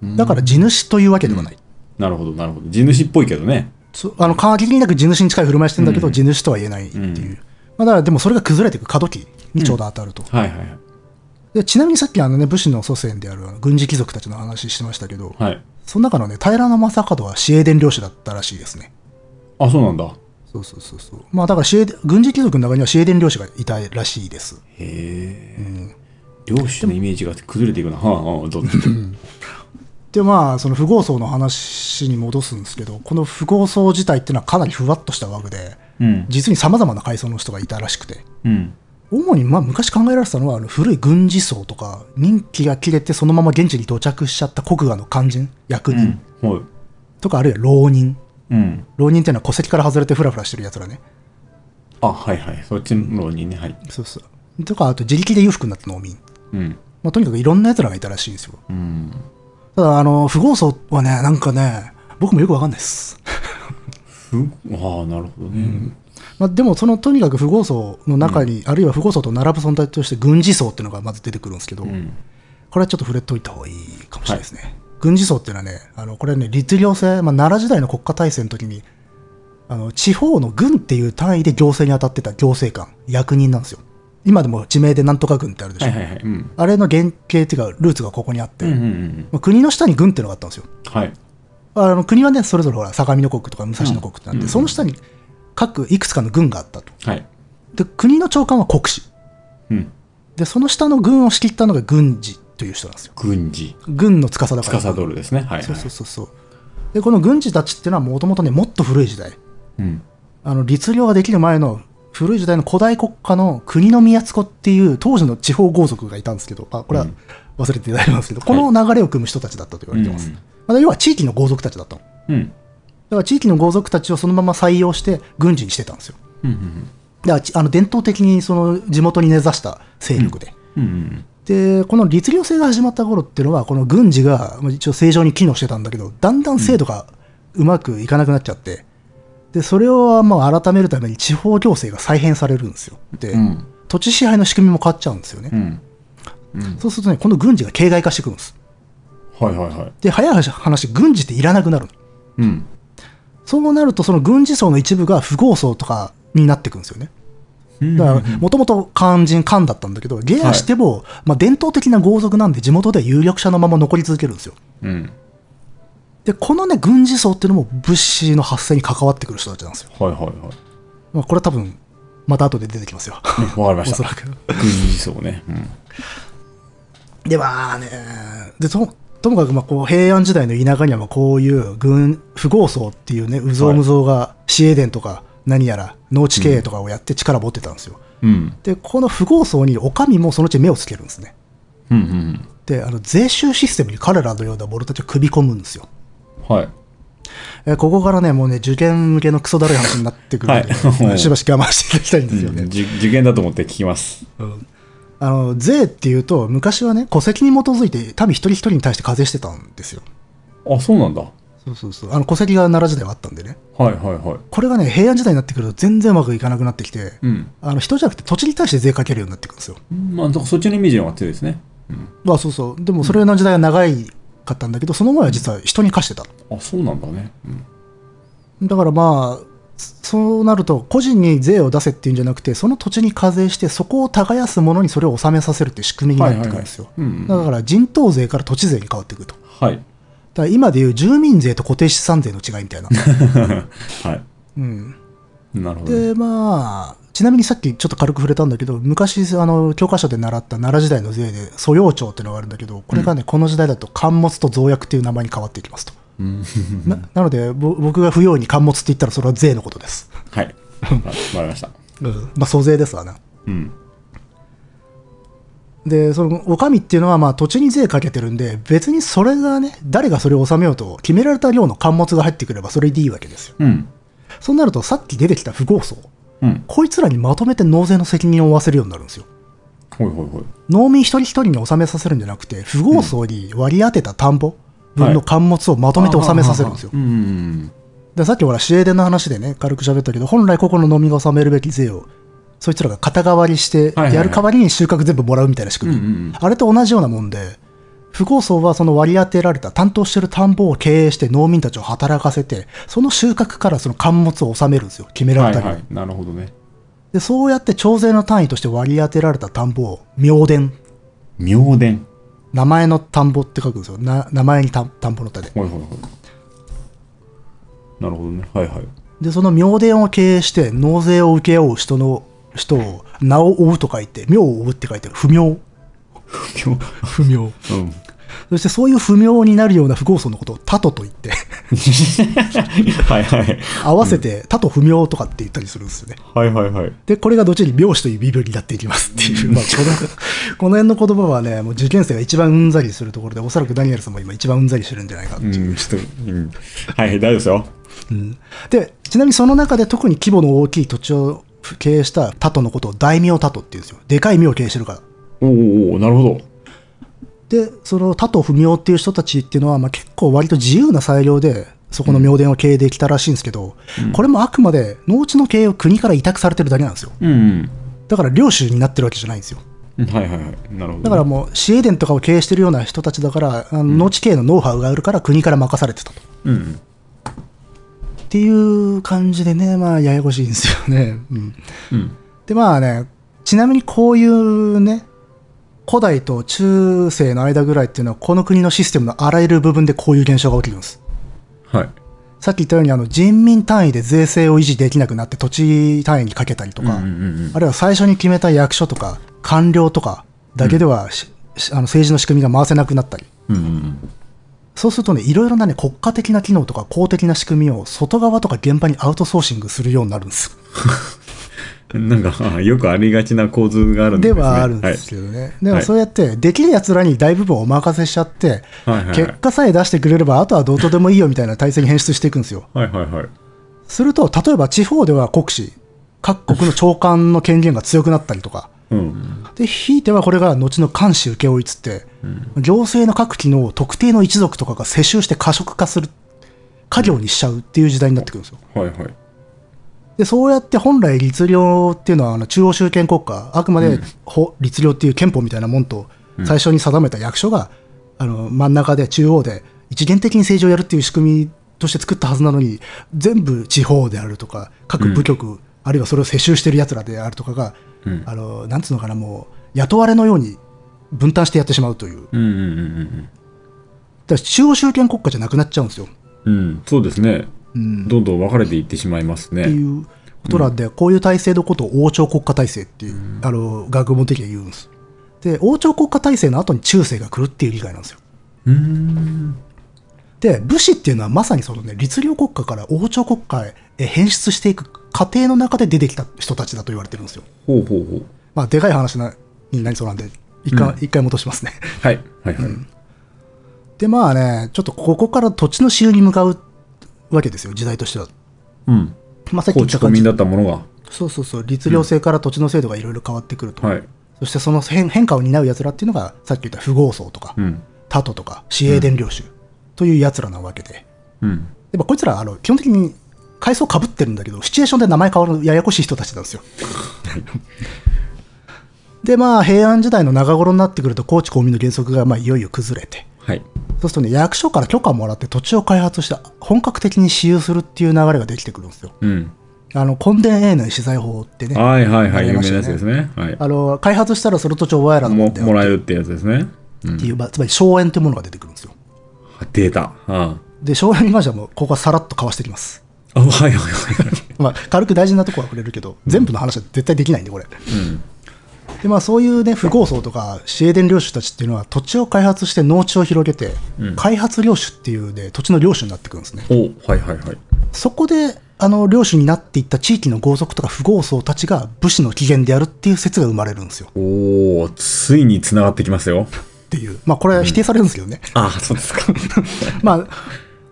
[SPEAKER 2] うん、だから地主というわけではない、
[SPEAKER 1] なるほど、なるほど。地主っぽいけどね。
[SPEAKER 2] そあの限りなく地主に近い振る舞いしてんだけど、地主とは言えないっていう、
[SPEAKER 1] うん
[SPEAKER 2] まあ、だからでもそれが崩れていく過渡期にちょうど当たると、
[SPEAKER 1] はいはいはい。
[SPEAKER 2] でちなみにさっきあの、ね、武士の祖先であるあの軍事貴族たちの話してましたけど、
[SPEAKER 1] はい。
[SPEAKER 2] その中のね、平将門は私営伝領主だったらしいですね。
[SPEAKER 1] あ、そうなんだ。
[SPEAKER 2] そうそうそうそう。まあだから私営伝、軍事貴族の中には私営伝領主がいたらしいです。
[SPEAKER 1] へえ。漁師のイメージが崩れていくな。はあ、はあ、どうぞ
[SPEAKER 2] で、まあ、その富豪層の話に戻すんですけど、この富豪層自体っていうのはかなりふわっとした枠で、
[SPEAKER 1] うん。
[SPEAKER 2] 実に様々な階層の人がいたらしくて、
[SPEAKER 1] うん。
[SPEAKER 2] 主にまあ昔考えられてたのは、あの古い軍事層とか、任期が切れてそのまま現地に到着しちゃった国衙の肝心、役
[SPEAKER 1] う
[SPEAKER 2] 人
[SPEAKER 1] ん。はい。
[SPEAKER 2] とか、あるいは浪人。
[SPEAKER 1] うん。
[SPEAKER 2] 浪人っていうのは戸籍から外れてフラフラしてる奴らね。
[SPEAKER 1] あ、はいはい。そっちの方にね、はい。
[SPEAKER 2] そうそう。とか、あと自力で裕福になった農民。
[SPEAKER 1] うん。
[SPEAKER 2] まあ、とにかくいろんな奴らがいたらしいんですよ。
[SPEAKER 1] うん。
[SPEAKER 2] ただ、あの、富豪層はね、なんかね、僕もよくわかんないです。
[SPEAKER 1] ふああなるほどね、
[SPEAKER 2] まあ、でもそのとにかく富豪層の中に、あるいは富豪層と並ぶ存在として軍事層っていうのがまず出てくるんですけど、
[SPEAKER 1] ん
[SPEAKER 2] これはちょっと触れといた方がいいかもしれないですね、軍事層っていうのはねあのこれはね律令制、まあ、奈良時代の国家体制の時にあの地方の軍っていう単位で行政に当たってた行政官役人なんですよ今でも地名でなんとか軍ってあるでしょ、
[SPEAKER 1] はいはいはいうん
[SPEAKER 2] あれの原型っていうかルーツがここにあって、
[SPEAKER 1] うんうんうん
[SPEAKER 2] まあ、国の下に軍っていうのがあったんですよ
[SPEAKER 1] はい
[SPEAKER 2] あの国はねそれぞれほら相模の国とか武蔵の国ってなって、
[SPEAKER 1] うん
[SPEAKER 2] その下に各いくつかの軍があったと
[SPEAKER 1] はい
[SPEAKER 2] で国の長官は国士
[SPEAKER 1] うん
[SPEAKER 2] でその下の軍を仕切ったのが軍事という人なんですよ
[SPEAKER 1] 軍事
[SPEAKER 2] 軍の司だから
[SPEAKER 1] 司るですねはいはい
[SPEAKER 2] そうそうそうそうでこの軍事たちっていうのはもともとねもっと古い時代
[SPEAKER 1] うん
[SPEAKER 2] あの律令ができる前の古い時代の古代国家の国の宮津子っていう当時の地方豪族がいたんですけどあこれは忘れていただきますけど、この流れを組む人たちだったと言われてます、
[SPEAKER 1] うん
[SPEAKER 2] まあ要は地域の豪族たちだったのだ
[SPEAKER 1] うん
[SPEAKER 2] から地域の豪族たちをそのまま採用して軍事にしてたんですよ
[SPEAKER 1] うんうん
[SPEAKER 2] だからちあの伝統的にその地元に根ざした勢力で、
[SPEAKER 1] うんうん
[SPEAKER 2] でこの律令制が始まった頃っていうのはこの軍事がまあ一応正常に機能してたんだけどだんだん制度がうまくいかなくなっちゃって、でそれをまあ改めるために地方行政が再編されるんですよで、
[SPEAKER 1] うん
[SPEAKER 2] 土地支配の仕組みも変わっちゃうんですよね、
[SPEAKER 1] うんうん
[SPEAKER 2] そうするとねこの軍事が形骸化してくるんです
[SPEAKER 1] はいはいはい
[SPEAKER 2] で早い話軍事っていらなくなるの
[SPEAKER 1] うん
[SPEAKER 2] そうなるとその軍事層の一部が富豪層とかになってくるんですよねだから、もともと漢人、漢だったんだけど、ゲアしても、まあ、伝統的な豪族なんで、地元では有力者のまま残り続けるんですよ。
[SPEAKER 1] うん
[SPEAKER 2] で、このね、軍事層っていうのも物資の発生に関わってくる人たちなんですよ。
[SPEAKER 1] はいはいはい
[SPEAKER 2] まあ、これは多分、また後で出てきますよ。
[SPEAKER 1] わかりま
[SPEAKER 2] お
[SPEAKER 1] し
[SPEAKER 2] そ
[SPEAKER 1] た
[SPEAKER 2] らく。
[SPEAKER 1] 軍事層ねうん
[SPEAKER 2] で、まあね、で、とともかく、まあ、こう、平安時代の田舎には、まあ、こういう軍、富豪層っていうね、うぞうむぞうが、紫英伝とか、何やら、農地経営とかをやって力を持ってたんですよ。
[SPEAKER 1] うん
[SPEAKER 2] で、この富豪層に、お上もそのうち目をつけるんですね。
[SPEAKER 1] うんうん
[SPEAKER 2] であの税収システムに彼らのような者たちを組み込むんですよ。
[SPEAKER 1] うんはい
[SPEAKER 2] えーここからね、もうね、受験向けのクソだるい話になってくるので、
[SPEAKER 1] はい
[SPEAKER 2] しばし我慢していただきたいんですよ
[SPEAKER 1] う
[SPEAKER 2] ね
[SPEAKER 1] ん。じ受験だと思って聞きます
[SPEAKER 2] うんあの税っていうと、昔はね、戸籍に基づいて、民一人一人に対して課税してたんですよ。
[SPEAKER 1] あそうなんだは
[SPEAKER 2] そうそうそう。あの戸籍が奈良時代はあったんでね。
[SPEAKER 1] いはいはい
[SPEAKER 2] これがね、平安時代になってくると、全然うまくいかなくなってきて、
[SPEAKER 1] うん
[SPEAKER 2] あの人じゃなくて土地に対して税かけるようになってくるんですよ。
[SPEAKER 1] まあ、そそっちのイメージの方が強いですね。うん、
[SPEAKER 2] まあそうそう。でもそれの時代は長いかったんだけど、その前は実は人に課してた。
[SPEAKER 1] あそうなんだね。うん、
[SPEAKER 2] だからまあ、そうなると、個人に税を出せっていうんじゃなくて、その土地に課税して、そこを耕す者にそれを納めさせるっていう仕組みになってくるんですよ。
[SPEAKER 1] はいはいはいうんうん
[SPEAKER 2] だから人頭税から土地税に変わっていくと。だ
[SPEAKER 1] はい。
[SPEAKER 2] から今でいう住民税と固定資産税の違いみたいな。
[SPEAKER 1] は
[SPEAKER 2] うん、
[SPEAKER 1] い。 なるほどね。
[SPEAKER 2] で、まあ、ちなみにさっきちょっと軽く触れたんだけど、昔、あの、教科書で習った奈良時代の税で、素養庁っていうのがあるんだけど、これがね、この時代だと、官物と増薬っていう名前に変わっていきますと。
[SPEAKER 1] うん、
[SPEAKER 2] ななので、ぼ僕が不要に官物って言ったら、それは税のことです。
[SPEAKER 1] はい。わわかりました。
[SPEAKER 2] まあ、租税ですわな。
[SPEAKER 1] うん。
[SPEAKER 2] でそのお上っていうのはまあ土地に税かけてるんで別にそれがね誰がそれを納めようと決められた量の貫物が入ってくればそれでいいわけですよ
[SPEAKER 1] うん。
[SPEAKER 2] そうなるとさっき出てきた富豪層
[SPEAKER 1] うん。
[SPEAKER 2] こいつらにまとめて納税の責任を負わせるようになるんですよ
[SPEAKER 1] ほいほいほい。
[SPEAKER 2] 農民一人一人に納めさせるんじゃなくて富豪層に割り当てた田んぼ分の貫物をまとめて納めさせるんですよ、
[SPEAKER 1] うんうん
[SPEAKER 2] でさっきほら紫英伝の話でね軽く喋ったけど本来ここの農民が納めるべき税をそいつらが肩代わりして
[SPEAKER 1] はいはい
[SPEAKER 2] やる代わりに収穫全部もらうみたいな仕組み、
[SPEAKER 1] うんうんうん
[SPEAKER 2] あれと同じようなもんで富豪層はその割り当てられた担当してる田んぼを経営して農民たちを働かせてその収穫からその貫物を納めるんですよ決め
[SPEAKER 1] うん。
[SPEAKER 2] ら
[SPEAKER 1] は
[SPEAKER 2] れ
[SPEAKER 1] い
[SPEAKER 2] たり、
[SPEAKER 1] はい。なるほどね。
[SPEAKER 2] でそうやって徴税の単位として割り当てられた田んぼを明田
[SPEAKER 1] 妙伝。
[SPEAKER 2] 名前の田んぼって書くんですよな名前に田田んぼの田で
[SPEAKER 1] ほいほいほい。なるほどね。はいはい。
[SPEAKER 2] でその妙伝を経営して納税を請け負う人の人を名を追うと書いて名を追うって書いてある不明
[SPEAKER 1] 妙
[SPEAKER 2] 不明
[SPEAKER 1] うん。
[SPEAKER 2] そしてそういう不明になるような不合層のことを他とと言って
[SPEAKER 1] はいはい。
[SPEAKER 2] 合わせて他と不明とかって言ったりするんですよね
[SPEAKER 1] はいはいはい。
[SPEAKER 2] でこれが後に名詞という微妙になっていきますっていう、まあ、この この辺の言葉はねもう受験生が一番うんざりするところでおそらくダニエルさんも今一番うんざりしてるんじゃないかって
[SPEAKER 1] う、
[SPEAKER 2] いうん
[SPEAKER 1] ちょっと、うん。はい、大丈夫ですよ。
[SPEAKER 2] でちなみにその中で特に規模の大きい土地を経営したタトのことを大名タトって言うんですよでかい名を経営してるから
[SPEAKER 1] おーおーおーなるほど。
[SPEAKER 2] でそのタト不明っていう人たちっていうのは、まあ、結構割と自由な裁量でそこの妙伝を経営できたらしいんですけど、これもあくまで農地の経営を国から委託されてるだけなんですよ。
[SPEAKER 1] うん
[SPEAKER 2] だから領主になってるわけじゃないんですよ。
[SPEAKER 1] うんはいはいはいなるほど
[SPEAKER 2] だからもう、市営伝とかを経営してるような人たちだから、あの農地経営のノウハウがあるから国から任されてたと。
[SPEAKER 1] うん
[SPEAKER 2] っていう感じでね、まあ、ややこしいんですよね。うん、
[SPEAKER 1] うん
[SPEAKER 2] で、まあね、ちなみにこういうね、古代と中世の間ぐらいっていうのは、この国のシステムのあらゆる部分でこういう現象が起きるんです。
[SPEAKER 1] はい
[SPEAKER 2] さっき言ったように、あの人民単位で税制を維持できなくなって、土地単位にかけたりとか、
[SPEAKER 1] うんうんうん
[SPEAKER 2] あるいは最初に決めた役所とか、官僚とかだけではし、しあの政治の仕組みが回せなくなったり、
[SPEAKER 1] うんうん
[SPEAKER 2] そうするとね、いろいろなね、国家的な機能とか公的な仕組みを外側とか現場にアウトソーシングするようになるんです。
[SPEAKER 1] うんなんかよくありがちな構図があるんで
[SPEAKER 2] です
[SPEAKER 1] ね
[SPEAKER 2] はあるんですけどね。でも
[SPEAKER 1] はい
[SPEAKER 2] そうやって、できる奴らに大部分お任せしちゃって、
[SPEAKER 1] はいはいはい
[SPEAKER 2] 結果さえ出してくれれば、あとはどうとでもいいよみたいな体制に変質していくんですよ。
[SPEAKER 1] はいはいはいはい
[SPEAKER 2] すると、例えば地方では国司、各国の長官の権限が強くなったりとか、
[SPEAKER 1] うん
[SPEAKER 2] で、ひいてはこれが後の監視請負いつって、行政の各機能を特定の一族とかが世襲して過食化する、家業にしちゃうっていう時代になってくるんですよ。
[SPEAKER 1] はいはい
[SPEAKER 2] で、そうやって本来律令っていうのはあの中央集権国家、あくまで法、律令っていう憲法みたいなもんと最初に定めた役所が、あの真ん中で中央で一元的に政治をやるっていう仕組みとして作ったはずなのに、全部地方であるとか、各部局、あるいはそれを世襲してる奴らであるとかが、
[SPEAKER 1] うん
[SPEAKER 2] あのなんつうのかな、もう雇われのように分担してやってしまうという、だか
[SPEAKER 1] うんうんうん
[SPEAKER 2] ら中央集権国家じゃなくなっちゃうんですよ。
[SPEAKER 1] うんうんそうですね
[SPEAKER 2] うん
[SPEAKER 1] どんどん分かれていってしまいます
[SPEAKER 2] って
[SPEAKER 1] ね
[SPEAKER 2] いうことなんで、こういう体制のことを王朝国家体制っていう、あの学問的には言うんです。で、王朝国家体制の後に中世が来るっていう理解なんですよ。
[SPEAKER 1] うん
[SPEAKER 2] で、武士っていうのはまさにそのね、律令国家から王朝国家へ変質していく過程の中で出てきた人たちだと言われてるんですよ。
[SPEAKER 1] ほうほうほう
[SPEAKER 2] まあ、でかい話なになりそうなんで、一回、一回戻しますね。
[SPEAKER 1] はいはいはい
[SPEAKER 2] で、まあね、ちょっとここから土地の私有に向かうわけですよ、時代としては。
[SPEAKER 1] うん
[SPEAKER 2] まあ、さっき
[SPEAKER 1] 放
[SPEAKER 2] 言っ
[SPEAKER 1] 置
[SPEAKER 2] た
[SPEAKER 1] 込
[SPEAKER 2] 感
[SPEAKER 1] み
[SPEAKER 2] じ。
[SPEAKER 1] だったものが
[SPEAKER 2] そうそうそう、律令制から土地の制度がいろいろ変わってくると。
[SPEAKER 1] はい
[SPEAKER 2] そしてその変変化を担う奴らっていうのが、さっき言った富豪層とか、
[SPEAKER 1] うん
[SPEAKER 2] タトとか、市営伝領主という奴らなわけで。
[SPEAKER 1] うん
[SPEAKER 2] でもこいつら、あの、基本的に階層被ってるんだけど、シチュエーションで名前変わるややこしい人たちなんで すよ。で、まあ、平安時代の中頃になってくると、高知公民の原則が、まあ、いよいよ崩れて。
[SPEAKER 1] はい
[SPEAKER 2] そうするとね、役所から許可もらって土地を開発して、本格的に私有するっていう流れができてくるんですよ。
[SPEAKER 1] うん
[SPEAKER 2] あの、墾田永年資材法ってね、
[SPEAKER 1] はいはいは
[SPEAKER 2] あ
[SPEAKER 1] い
[SPEAKER 2] り
[SPEAKER 1] 有
[SPEAKER 2] ま
[SPEAKER 1] 名
[SPEAKER 2] し
[SPEAKER 1] な
[SPEAKER 2] た
[SPEAKER 1] やつですねはい
[SPEAKER 2] あの、開発したらその土地をお前らのも
[SPEAKER 1] も
[SPEAKER 2] んだよ
[SPEAKER 1] もらえるってやつですねうん
[SPEAKER 2] っていう、まあつまり荘園というものが出てくるんですよ。
[SPEAKER 1] データあ
[SPEAKER 2] で、荘園に関してはもう、ここはさらっとかわしてきます。
[SPEAKER 1] ああはいはいはい
[SPEAKER 2] まあ、軽く大事なところは触れるけど、全部の話は絶対できないんで、これ。
[SPEAKER 1] うん
[SPEAKER 2] で、まあ、そういうね、富豪層とか、市営伝領主たちっていうのは、土地を開発して農地を広げて、開発領主っていうね、土地の領主になってくるんですね。
[SPEAKER 1] おはいはいはい
[SPEAKER 2] そこで、あの、領主になっていった地域の豪族とか富豪層たちが武士の起源であるっていう説が生まれるんですよ。
[SPEAKER 1] おおついに繋がってきますよ
[SPEAKER 2] っていう。まあ、これは否定されるんですけどね。
[SPEAKER 1] ああそうですか
[SPEAKER 2] まあ、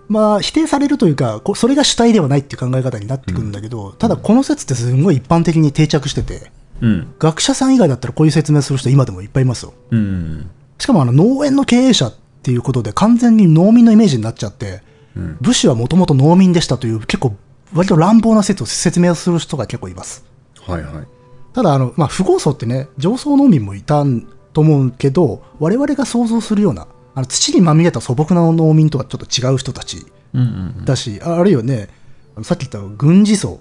[SPEAKER 2] まあ、否定されるというか、こそれが主体ではないっていう考え方になってくるんだけど、ただこの説ってすごい一般的に定着してて、
[SPEAKER 1] うん
[SPEAKER 2] 学者さん以外だったらこういう説明する人今でもいっぱいいますよ。
[SPEAKER 1] うん
[SPEAKER 2] しかもあの農園の経営者っていうことで完全に農民のイメージになっちゃって、武士はもともと農民でしたという結構割と乱暴な説を説明する人が結構います。
[SPEAKER 1] はいはい
[SPEAKER 2] ただあの、まあ、富豪層ってね、上層農民もいたんと思うけど、我々が想像するような、あの土にまみれた素朴な農民とはちょっと違う人たち
[SPEAKER 1] うんうん
[SPEAKER 2] だし、ああるいはね、あのさっき言った軍事層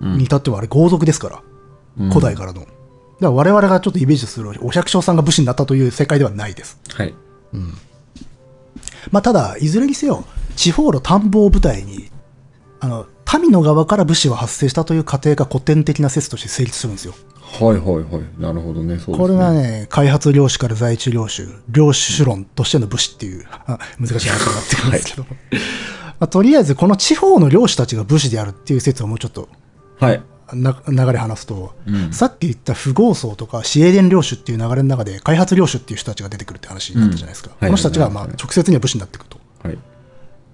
[SPEAKER 2] に至ってはあれ豪族ですから、
[SPEAKER 1] うん
[SPEAKER 2] 古代からの。だから我々がちょっとイメージするお百姓さんが武士になったという世界ではないです。
[SPEAKER 1] はい
[SPEAKER 2] まあ、ただ、いずれにせよ、地方の田んぼを舞台に、あの、民の側から武士は発生したという過程が古典的な説として成立するんですよ。
[SPEAKER 1] はいはいはいなるほどねそうですね
[SPEAKER 2] これがね、開発領主から在地領主、領主論としての武士っていう、あ難しい話になってくるんですけど、まあ、とりあえずこの地方の領主たちが武士であるっていう説をもうちょっと
[SPEAKER 1] はい
[SPEAKER 2] な流れ話すと、
[SPEAKER 1] うん
[SPEAKER 2] さっき言った富豪層とか私営伝領主っていう流れの中で開発領主っていう人たちが出てくるって話になったじゃないです
[SPEAKER 1] う
[SPEAKER 2] か、
[SPEAKER 1] んはい
[SPEAKER 2] この人たちが
[SPEAKER 1] はい
[SPEAKER 2] まあ直接には武士になっていくと,、
[SPEAKER 1] はい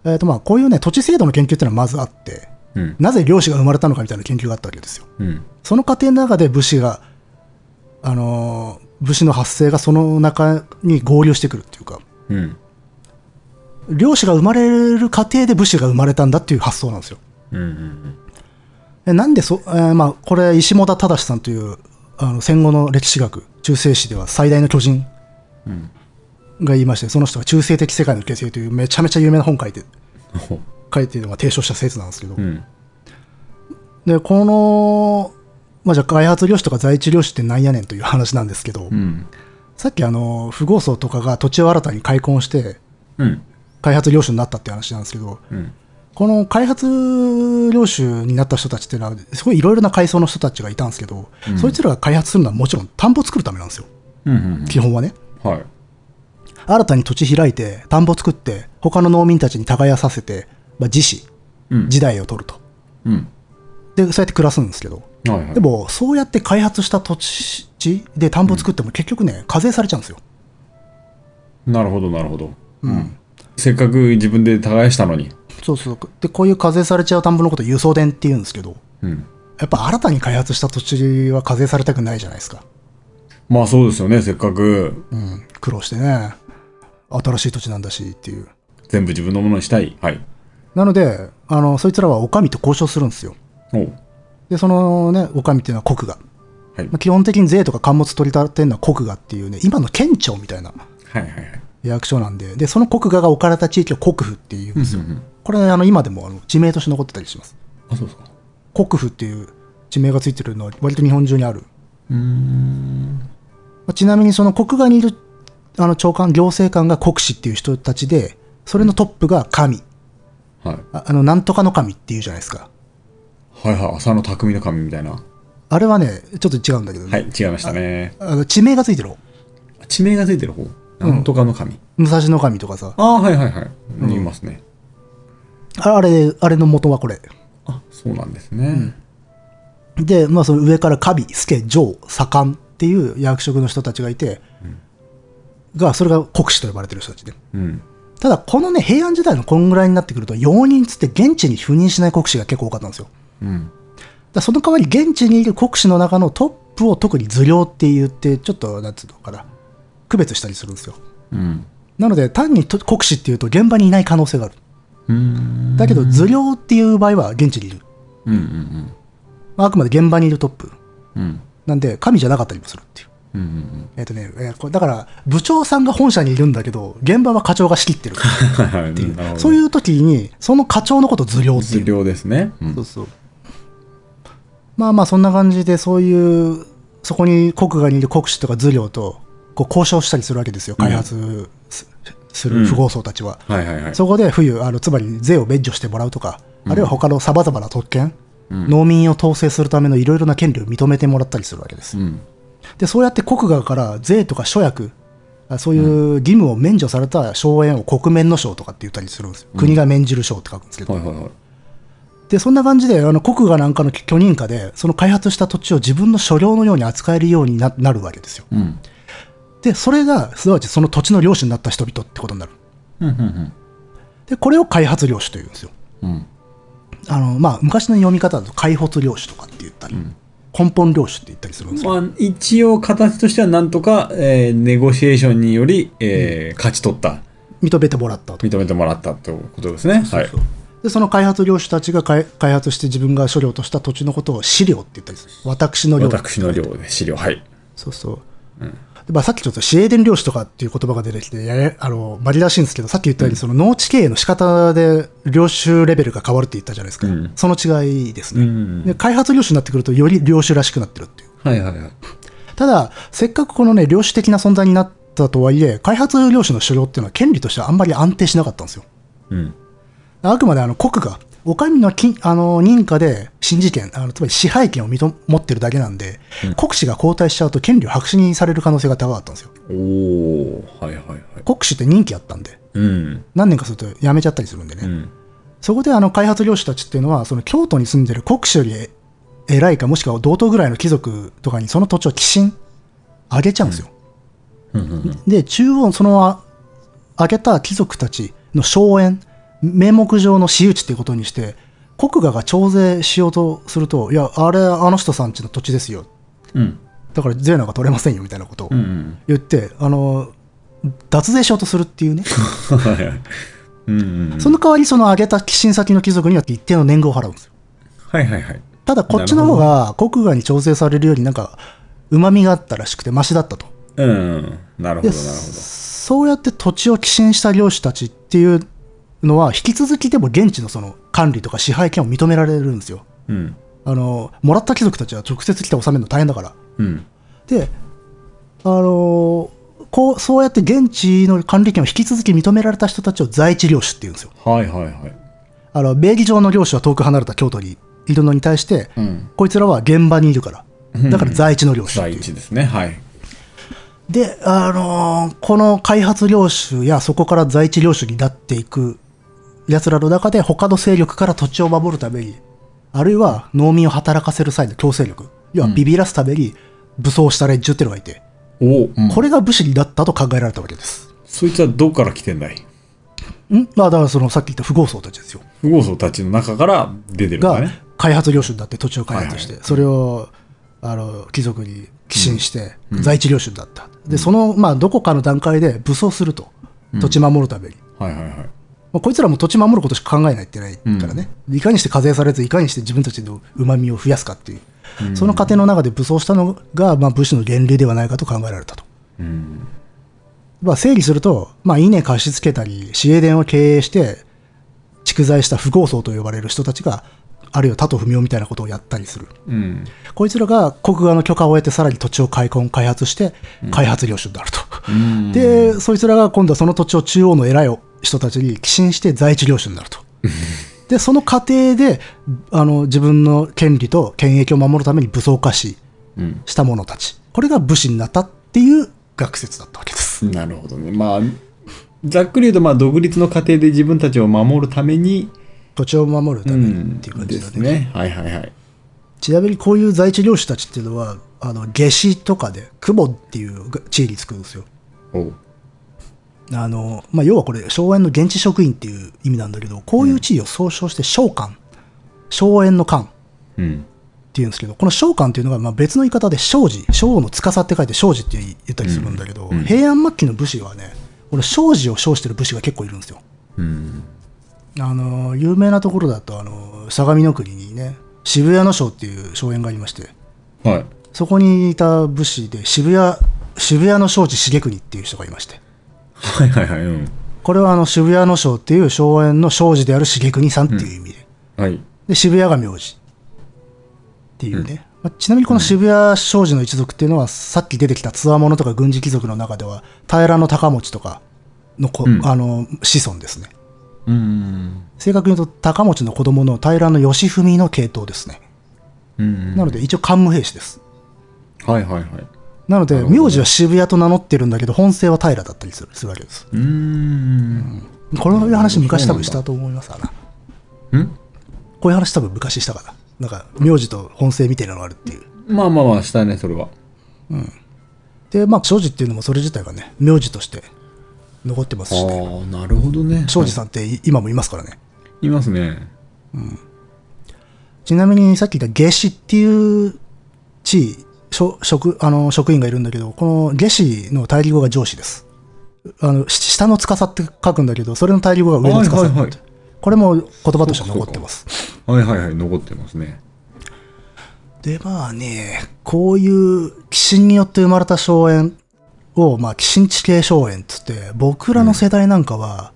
[SPEAKER 2] えー、とまあこういうね土地制度の研究っていうのはまずあって
[SPEAKER 1] うん
[SPEAKER 2] なぜ領主が生まれたのかみたいな研究があったわけですよ
[SPEAKER 1] うん
[SPEAKER 2] その過程の中で武士が、あのー武士の発生がその中に合流してくるっていうか
[SPEAKER 1] うん
[SPEAKER 2] 漁師が生まれる過程で武士が生まれたんだっていう発想なんですよ。
[SPEAKER 1] うんうん
[SPEAKER 2] でなんでそ、えーまあ、これ、石本忠さんというあの戦後の歴史学、中世史では最大の巨人
[SPEAKER 1] うん
[SPEAKER 2] が言いまして、その人が中性的世界の形成というめちゃめちゃ有名な本書いて、
[SPEAKER 1] ほ
[SPEAKER 2] 書いてるのが提唱した説なんですけ
[SPEAKER 1] う
[SPEAKER 2] ど、
[SPEAKER 1] うん
[SPEAKER 2] で、この、まあ、じゃあ開発漁師とか在地漁師ってなんやねんという話なんですけど、
[SPEAKER 1] うん
[SPEAKER 2] さっきあの、富豪層とかが土地を新たに開墾して、
[SPEAKER 1] うん
[SPEAKER 2] 開発領主になったって話なんですけど、
[SPEAKER 1] うん
[SPEAKER 2] この開発領主になった人たちっていうのは、すごいいろいろな階層の人たちがいたんですけど、
[SPEAKER 1] うん
[SPEAKER 2] そいつらが開発するのはもちろん田んぼ作るためなんですよ、
[SPEAKER 1] うんうん
[SPEAKER 2] 基本はね。
[SPEAKER 1] はい
[SPEAKER 2] 新たに土地開いて、田んぼ作って、他の農民たちに耕させて、まあ、自死、
[SPEAKER 1] うん
[SPEAKER 2] 時代を取ると。
[SPEAKER 1] うん
[SPEAKER 2] で、そうやって暮らすんですけど、
[SPEAKER 1] はいはい
[SPEAKER 2] でも、そうやって開発した土地で田んぼ作っても結局ね、課税されちゃうんですよ。
[SPEAKER 1] なるほどなるほど
[SPEAKER 2] うん。
[SPEAKER 1] せっかく自分で耕したのに
[SPEAKER 2] そうそう。で、こういう課税されちゃう田んぼのこと、輸送田って言うんですけど、
[SPEAKER 1] うん
[SPEAKER 2] やっぱ新たに開発した土地は課税されたくないじゃないですか。
[SPEAKER 1] まあそうですよねせっかく
[SPEAKER 2] うん。苦労してね。新しい土地なんだしっていう。
[SPEAKER 1] 全部自分のものにしたいはい
[SPEAKER 2] なので、あの、そいつらはお上と交渉するんですよ。
[SPEAKER 1] おう
[SPEAKER 2] で、そのね、お上っていうのは国が。
[SPEAKER 1] はい
[SPEAKER 2] まあ基本的に税とか貨物取り立てるのは国がっていうね、今の県庁みたいな
[SPEAKER 1] はいはいはい
[SPEAKER 2] 役所なんで、で、その国がが置かれた地域を国府っていうんです
[SPEAKER 1] う
[SPEAKER 2] よ。
[SPEAKER 1] んうんうん
[SPEAKER 2] これ、あの、今でもあの地名として残ってたりします。
[SPEAKER 1] あそうですか
[SPEAKER 2] 国府っていう地名がついてるのは割と日本中にある
[SPEAKER 1] うーん
[SPEAKER 2] まあちなみにその国外にいるあの長官行政官が国士っていう人たちでそれのトップが神
[SPEAKER 1] はい
[SPEAKER 2] ああのなんとかの神っていうじゃないですか
[SPEAKER 1] はいはい浅野匠の神みたいなは
[SPEAKER 2] あれはねちょっと違うんだけどね、
[SPEAKER 1] い違いましたね
[SPEAKER 2] あの地名がついてる方
[SPEAKER 1] 地名がついてる方なんとかの神
[SPEAKER 2] 武蔵の神とかさ
[SPEAKER 1] ああはいはいはい言いますね
[SPEAKER 2] ああれあれの元はこれ
[SPEAKER 1] あそうなんですね
[SPEAKER 2] で、まあ、その上から神助上左官っていう役職の人たちがいて、がそれが国士と呼ばれてる人たちで
[SPEAKER 1] うん
[SPEAKER 2] ただこのね平安時代のこんぐらいになってくると容認つって現地に赴任しない国士が結構多かったんですよ
[SPEAKER 1] うん
[SPEAKER 2] だからその代わり現地にいる国士の中のトップを特に図領って言ってちょっとなんつうのかな区別したりするんですよ
[SPEAKER 1] うん
[SPEAKER 2] なので単にと国士っていうと現場にいない可能性がある
[SPEAKER 1] うーん
[SPEAKER 2] だけど図領っていう場合は現地にいる
[SPEAKER 1] うんうん
[SPEAKER 2] まああくまで現場にいるトップ
[SPEAKER 1] うんうん
[SPEAKER 2] なんで神じゃなかったりもするっていう
[SPEAKER 1] うんうん
[SPEAKER 2] えっ、とね、えーこれだから部長さんが本社にいるんだけど現場は課長が仕切っ てる
[SPEAKER 1] はいはい っていう
[SPEAKER 2] そういう時にその課長のことを図領っていう
[SPEAKER 1] 質量ですねうん
[SPEAKER 2] そうそう。まあまあそんな感じでそういうそこに国外にいる国士とか図領とこう交渉したりするわけですよ開発す,、
[SPEAKER 1] うん
[SPEAKER 2] る富豪層たちは、
[SPEAKER 1] はいはいはい
[SPEAKER 2] そこで冬あのつまり税を免除してもらうとか、あるいは他のさまざまな特権、農民を統制するためのいろいろな権利を認めてもらったりするわけです、
[SPEAKER 1] うん
[SPEAKER 2] でそうやって国外から税とか諸役あそういう義務を免除された荘園を国免の賞とかって言ったりするんですよ、国が免じる賞って書くんですけど、
[SPEAKER 1] はいはいはい
[SPEAKER 2] でそんな感じであの国がなんかの許認可でその開発した土地を自分の所領のように扱えるようにななるわけですよ
[SPEAKER 1] うん
[SPEAKER 2] でそれがすなわちその土地の領主になった人々ってことになる
[SPEAKER 1] うんうん
[SPEAKER 2] でこれを開発領主というんですよ
[SPEAKER 1] うんうん
[SPEAKER 2] あの、まあ、昔の読み方だと開発領主とかって言ったり、根本領主って言ったりするんです
[SPEAKER 1] ま
[SPEAKER 2] よ、
[SPEAKER 1] あ、一応形としてはなんとか、えーネゴシエーションにより、えー勝ち取った
[SPEAKER 2] 認めてもらったと
[SPEAKER 1] 認めてもらったということですねはい
[SPEAKER 2] でその開発領主たちが開開発して自分が所領とした土地のことを資料って言ったりする私の領
[SPEAKER 1] 私の量で資料はい
[SPEAKER 2] そうそう。でまあ、さっきちょっとシエーデン漁師とかっていう言葉が出てきて、ややあの、まりらしいんですけど、さっき言ったように、その農地経営の仕方で領主レベルが変わるって言ったじゃないですか。
[SPEAKER 1] うん
[SPEAKER 2] その違いです
[SPEAKER 1] う
[SPEAKER 2] ね、
[SPEAKER 1] ん
[SPEAKER 2] で。開発領主になってくると、より領主らしくなってるっていう。
[SPEAKER 1] はいはいはい
[SPEAKER 2] ただ、せっかくこのね、領主的な存在になったとはいえ、開発領主の所領っていうのは権利としてはあんまり安定しなかったんですよ。
[SPEAKER 1] うん
[SPEAKER 2] あくまであの国が、お上の金あの認可で信事権、あのつまり支配権を認持ってるだけなんで、国司が交代しちゃうと権利を白紙にされる可能性が高かったんですよ。
[SPEAKER 1] おおはいはいはい
[SPEAKER 2] 国士って任期あったんで、
[SPEAKER 1] うん
[SPEAKER 2] 何年かすると辞めちゃったりするんでね、
[SPEAKER 1] うん
[SPEAKER 2] そこであの開発領主たちっていうのは、その京都に住んでる国士よりえ偉いか、もしくは同等ぐらいの貴族とかにその土地を寄進、あげちゃうんですよ。
[SPEAKER 1] うんうんうん
[SPEAKER 2] で、中央、そのああげた貴族たちの荘園、名目上の私有地っていうことにして、国家が徴税しようとすると、いや、あれ、あの人さんちの土地ですよ、
[SPEAKER 1] うん
[SPEAKER 2] だから税なんか取れませんよみたいなことを
[SPEAKER 1] うんうん
[SPEAKER 2] 言って、あの脱税しようとするっていうね。
[SPEAKER 1] はいはいうんうんうん
[SPEAKER 2] その代わりその上げた寄進先の貴族には一定の年貢を払うんですよ
[SPEAKER 1] はいはいはい
[SPEAKER 2] ただこっちの方が国外に調整されるよりなんかうまみがあったらしくてマシだったと
[SPEAKER 1] うんうんなるほどなる
[SPEAKER 2] で
[SPEAKER 1] ほ
[SPEAKER 2] そうやって土地を寄進した領主たちっていうのは引き続きでも現地のその管理とか支配権を認められるんですよ
[SPEAKER 1] どうん
[SPEAKER 2] あのもらった貴族たちは直接来て治めるの大変だから
[SPEAKER 1] うん
[SPEAKER 2] であのこうそうやって現地の管理権を引き続き認められた人たちを在地領主っていうんですよ
[SPEAKER 1] はいはいはい
[SPEAKER 2] あの名義上の領主は遠く離れた京都にいるのに対して、
[SPEAKER 1] ん
[SPEAKER 2] こいつらは現場にいるからだから在地の領主って
[SPEAKER 1] 第
[SPEAKER 2] いう、
[SPEAKER 1] 一ですねはい
[SPEAKER 2] で、あのーこの開発領主やそこから在地領主になっていく奴らの中で他の勢力から土地を守るために、あるいは農民を働かせる際の強制力、要はビビらすために武装した連中っていうのがいて、
[SPEAKER 1] おお、うん
[SPEAKER 2] これが武士になったと考えられたわけです。
[SPEAKER 1] そいつはどこから来てんだい
[SPEAKER 2] んまあだからそのさっき言った富豪層たちですよ。
[SPEAKER 1] 不合僧たちの中から出てるんだ
[SPEAKER 2] が
[SPEAKER 1] ね
[SPEAKER 2] 開発領主になって土地を開発して、
[SPEAKER 1] はいは
[SPEAKER 2] それをあの貴族に寄進して、在地領主になった。で、その、まあどこかの段階で武装すると。土地守るために。
[SPEAKER 1] はいはいはい
[SPEAKER 2] まあ、こいつらも土地守ることしか考えないってないからね、いかにして課税されず、いかにして自分たちのうまみを増やすかっていう、その過程の中で武装したのが、まあ、武士の源流ではないかと考えられたと。
[SPEAKER 1] うん
[SPEAKER 2] まあ、整理すると、まあ、稲貸し付けたり、市営田を経営して、蓄財した富豪層と呼ばれる人たちが、あるいは他と不明みたいなことをやったりする。
[SPEAKER 1] うん
[SPEAKER 2] こいつらが国側の許可を得て、さらに土地を開墾、開発して、開発領主になると。
[SPEAKER 1] うん
[SPEAKER 2] で、そいつらが今度はその土地を中央の偉い人たちに寄進して在地領主になると。で、その過程で、あの、自分の権利と権益を守るために武装化し、
[SPEAKER 1] うん
[SPEAKER 2] した者たち。これが武士になったっていう学説だったわけです。
[SPEAKER 1] なるほどねまあざっくり言うとまあ独立の過程で自分たちを守るために
[SPEAKER 2] 土地を守るた
[SPEAKER 1] う
[SPEAKER 2] め
[SPEAKER 1] ん
[SPEAKER 2] にっていう感
[SPEAKER 1] で
[SPEAKER 2] じだね。
[SPEAKER 1] すねはいはいはい
[SPEAKER 2] ちなみにこういう在地領主たちっていうのは、あの、下死とかで、雲っていう地位につくんですよ。
[SPEAKER 1] おう
[SPEAKER 2] あの、まあ、要はこれ、荘園の現地職員っていう意味なんだけど、こういう地位を総称して召喚。荘園の官。
[SPEAKER 1] うん
[SPEAKER 2] っていうんですけど、この召喚っていうのがまあ別の言い方で庄司、庄の司って書いて庄司って言ったりするんだけど、
[SPEAKER 1] うんうん
[SPEAKER 2] 平安末期の武士はね、この庄司を称してる武士が結構いるんですよ。
[SPEAKER 1] うん
[SPEAKER 2] あのー有名なところだと、あのー相模の国にね、渋谷の庄っていう荘園がありまして、
[SPEAKER 1] はい
[SPEAKER 2] そこにいた武士で渋谷、渋谷の庄司重国っていう人がいまして、
[SPEAKER 1] はいはいはいうん
[SPEAKER 2] これはあの渋谷の庄っていう荘園の庄司である重国さんっていう意味で、
[SPEAKER 1] はい
[SPEAKER 2] で渋谷が名字っていうね、まあ、ちなみにこの渋谷庄司の一族っていうのは、さっき出てきたつわものとか軍事貴族の中では平野高持とかの子、
[SPEAKER 1] うん
[SPEAKER 2] あの子孫ですね
[SPEAKER 1] うん
[SPEAKER 2] 正確に言うと高持の子供の平野義文の系統ですね
[SPEAKER 1] うん
[SPEAKER 2] なので一応桓武兵士です
[SPEAKER 1] はいはいはい
[SPEAKER 2] なので
[SPEAKER 1] ほど
[SPEAKER 2] 名字は渋谷と名乗ってるんだけど本姓は平だったりするするわけです
[SPEAKER 1] うん
[SPEAKER 2] この話昔
[SPEAKER 1] そ
[SPEAKER 2] 多
[SPEAKER 1] うなん
[SPEAKER 2] 分
[SPEAKER 1] だ
[SPEAKER 2] したと思いますから
[SPEAKER 1] うん
[SPEAKER 2] こういう話多分昔したからなんか名字と本姓みたいなのがあるっていう
[SPEAKER 1] まあまあまあしたねそれは
[SPEAKER 2] でまあ庄司っていうのもそれ自体がね名字として残ってますしね
[SPEAKER 1] ああなるほどね
[SPEAKER 2] 庄司さんってい今もいますからね
[SPEAKER 1] いますね
[SPEAKER 2] ちなみにさっき言った下司っていう地位職職あの職員がいるんだけどこの下司の対義語が上司ですあのし下の司って書くんだけどそれの対義語が上の司
[SPEAKER 1] は
[SPEAKER 2] ないん
[SPEAKER 1] は
[SPEAKER 2] で、
[SPEAKER 1] いはい
[SPEAKER 2] これも言葉として残ってます
[SPEAKER 1] はいはいはい残ってますね
[SPEAKER 2] でまあねこういう寄進によって生まれた荘園を、まあ、寄進地形荘園っつって僕らの世代なんかは、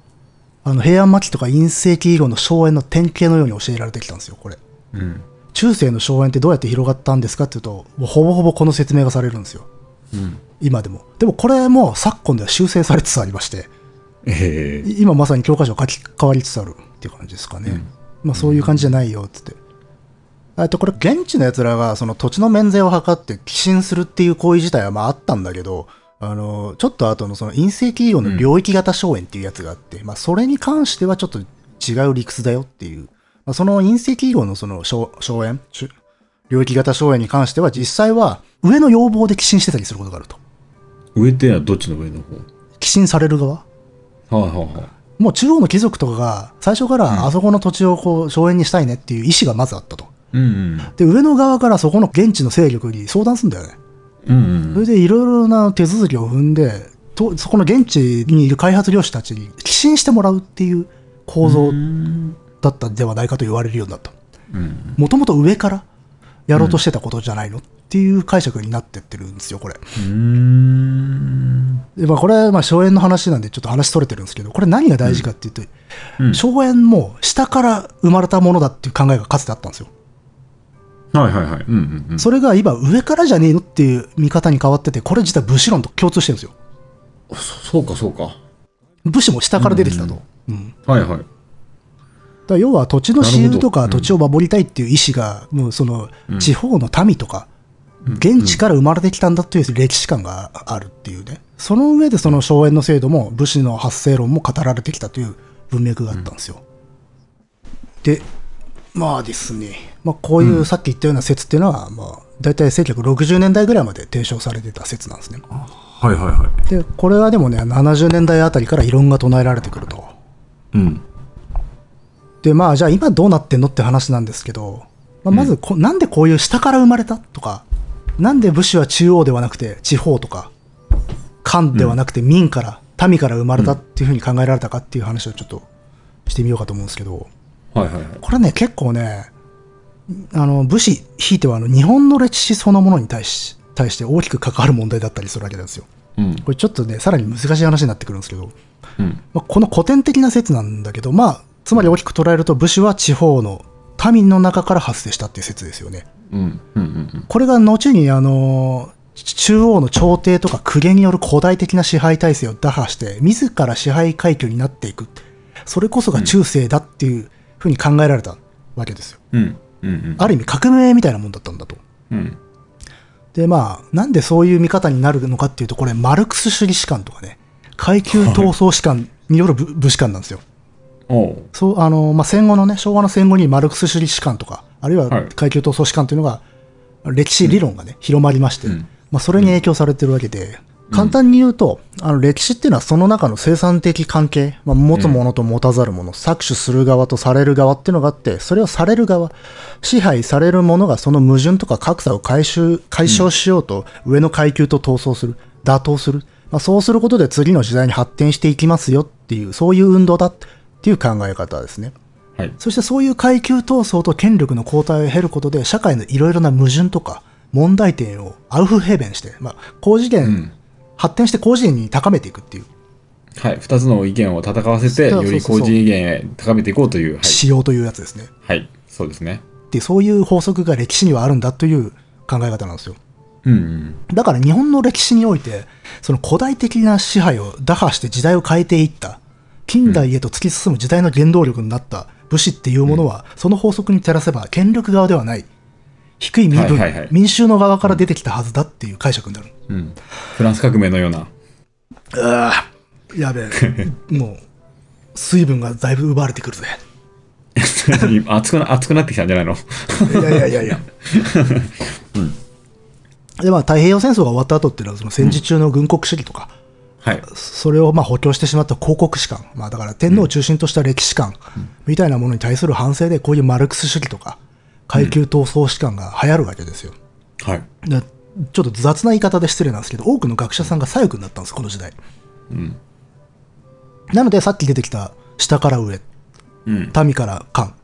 [SPEAKER 2] あの平安末期とか陰世紀以後の荘園の典型のように教えられてきたんですよこれ
[SPEAKER 1] うん
[SPEAKER 2] 中世の荘園ってどうやって広がったんですかっていうともうほぼほぼこの説明がされるんですよ
[SPEAKER 1] うん
[SPEAKER 2] 今でもでもこれも昨今では修正されつつありまして
[SPEAKER 1] ええ
[SPEAKER 2] い今まさに教科書が書き換わりつつあるっていう感じですかね、まあそういう感じじゃないよっつってあとこれ現地のやつらがその土地の免税を図って寄進するっていう行為自体はまああったんだけどあのちょっと後のその隕石企業の領域型荘園っていうやつがあって、まあそれに関してはちょっと違う理屈だよっていう、まあ、その隕石企業のその荘荘園ちゅ領域型荘園に関しては実際は上の要望で寄進してたりすることがあると
[SPEAKER 1] 上っていうのはどっちの上の
[SPEAKER 2] 寄進される側
[SPEAKER 1] 方はいはいはい
[SPEAKER 2] もう中央の貴族とかが最初からあそこの土地をこう荘園にしたいねっていう意思がまずあったと。
[SPEAKER 1] うん
[SPEAKER 2] で、上の側からそこの現地の勢力に相談するんだよね。
[SPEAKER 1] うんうん
[SPEAKER 2] それでいろいろな手続きを踏んで、とそこの現地にいる開発領主たちに寄進してもらうっていう構
[SPEAKER 1] う
[SPEAKER 2] 造
[SPEAKER 1] ん
[SPEAKER 2] だったんではないかと言われるようになった
[SPEAKER 1] うん
[SPEAKER 2] もともと上からやろうとしてたことじゃないのっていう解釈になってってるんですよこれ
[SPEAKER 1] うん
[SPEAKER 2] で、まあ、これはまあ荘園の話なんでちょっと話取れてるんですけどこれ何が大事かっていうと
[SPEAKER 1] うん
[SPEAKER 2] 荘園も下から生まれたものだっていう考えがかつてあったんですよ
[SPEAKER 1] はいはいはい。うんうんうん。
[SPEAKER 2] それが今上からじゃねえのっていう見方に変わっててこれ実は武士論と共通してるんですよ
[SPEAKER 1] そそうかそうか。
[SPEAKER 2] 武士も下から出てきたと、うん
[SPEAKER 1] はいはい。
[SPEAKER 2] だから要は土地の私有とか
[SPEAKER 1] なるほどう
[SPEAKER 2] 土
[SPEAKER 1] ん
[SPEAKER 2] 地を守りたいっていう意思がもうその地方の民とか
[SPEAKER 1] うん
[SPEAKER 2] 現地から生まれてきたんだという歴史観があるっていうねその上でその荘園の制度も武士の発生論も語られてきたという文脈があったんですよ。でまあですね、まあ、こういうさっき言ったような説っていうのは、まあ、大体1960年代ぐらいまで提唱されてた説なんですね。
[SPEAKER 1] はいはいはい。
[SPEAKER 2] でこれはでもね70年代あたりから異論が唱えられてくると。
[SPEAKER 1] うん。
[SPEAKER 2] でまあじゃあ今どうなってんのって話なんですけど、まあ、まずこ、なんでこういう下から生まれたとかなんで武士は中央ではなくて地方とか官ではなくて民から、民から生まれたっていうふうに考えられたかっていう話をちょっとしてみようかと思うんですけど
[SPEAKER 1] はいはいはい。
[SPEAKER 2] これね結構ねあの武士ひいてはあの日本の歴史そのものに対し対して大きく関わる問題だったりするわけなんですよ。
[SPEAKER 1] うん。
[SPEAKER 2] これちょっとねさらに難しい話になってくるんですけど。
[SPEAKER 1] うん。
[SPEAKER 2] まあ、この古典的な説なんだけど、まあ、つまり大きく捉えると武士は地方の民の中から発生したっていう説ですよね。
[SPEAKER 1] うん。うん。うん。
[SPEAKER 2] これが後にあの中央の朝廷とか公家による古代的な支配体制を打破して自ら支配階級になっていくそれこそが中世だっていうふうに考えられたわけですよ。
[SPEAKER 1] うん。うん。
[SPEAKER 2] ある意味革命みたいなもんだったんだと。
[SPEAKER 1] うん。
[SPEAKER 2] でまあなんでそういう見方になるのかっていうとこれマルクス主義士官とかね階級闘争士官による武武士官なんですよ。
[SPEAKER 1] おう。
[SPEAKER 2] そうあのまあ、戦後のね昭和の戦後にマルクス主義士官とかあるいは
[SPEAKER 1] はい
[SPEAKER 2] 階級闘争士官というのが歴史理論がね、広まりまして、
[SPEAKER 1] うん
[SPEAKER 2] まあ、それに影響されてるわけで、簡単に言うとあの歴史っていうのはその中の生産的関係、まあ、持つものと持たざるもの、搾取する側とされる側っていうのがあってそれをされる側支配されるものがその矛盾とか格差を回収解消しようと上の階級と闘争する打倒する、まあ、そうすることで次の時代に発展していきますよっていうそういう運動だっていう考え方ですね。
[SPEAKER 1] はい。
[SPEAKER 2] そしてそういう階級闘争と権力の交代を経ることで社会のいろいろな矛盾とか問題点をアウフヘーベンして、まあ、高次元、
[SPEAKER 1] うん
[SPEAKER 2] 発展して高次元に高めていくっていう
[SPEAKER 1] はい。二つの意見を戦わせて、
[SPEAKER 2] そ
[SPEAKER 1] よ
[SPEAKER 2] うそうそう
[SPEAKER 1] り高次元へ高めていこうという。はい。
[SPEAKER 2] 仕様というやつですね。
[SPEAKER 1] はい。そうですね。
[SPEAKER 2] でそういう法則が歴史にはあるんだという考え方なんですよ。
[SPEAKER 1] うん。
[SPEAKER 2] だから日本の歴史においてその古代的な支配を打破して時代を変えていった近代へと突き進む時代の原動力になった武士っていうものは、その法則に照らせば権力側ではない低い身分、
[SPEAKER 1] はいはいはい
[SPEAKER 2] 民衆の側から出てきたはずだっていう解釈になる。
[SPEAKER 1] うん。うん。フランス革命のよう な。
[SPEAKER 2] ああやべえもう水分がだいぶ奪われてくるぜ。
[SPEAKER 1] 熱くな、熱くなってきたんじゃないの
[SPEAKER 2] いやいやいやいや。でまあ、太平洋戦争が終わった後っていうのはその戦時中の軍国主義とか、
[SPEAKER 1] はい。
[SPEAKER 2] それをまあ補強してしまった広告史観、まあ、だから天皇を中心とした歴史観みたいなものに対する反省でこういうマルクス主義とか階級闘争史観が流行るわけですよ、
[SPEAKER 1] はい。
[SPEAKER 2] でちょっと雑な言い方で失礼なんですけど多くの学者さんが左翼になったんですこの時代、なのでさっき出てきた下から上
[SPEAKER 1] うん。
[SPEAKER 2] 民から官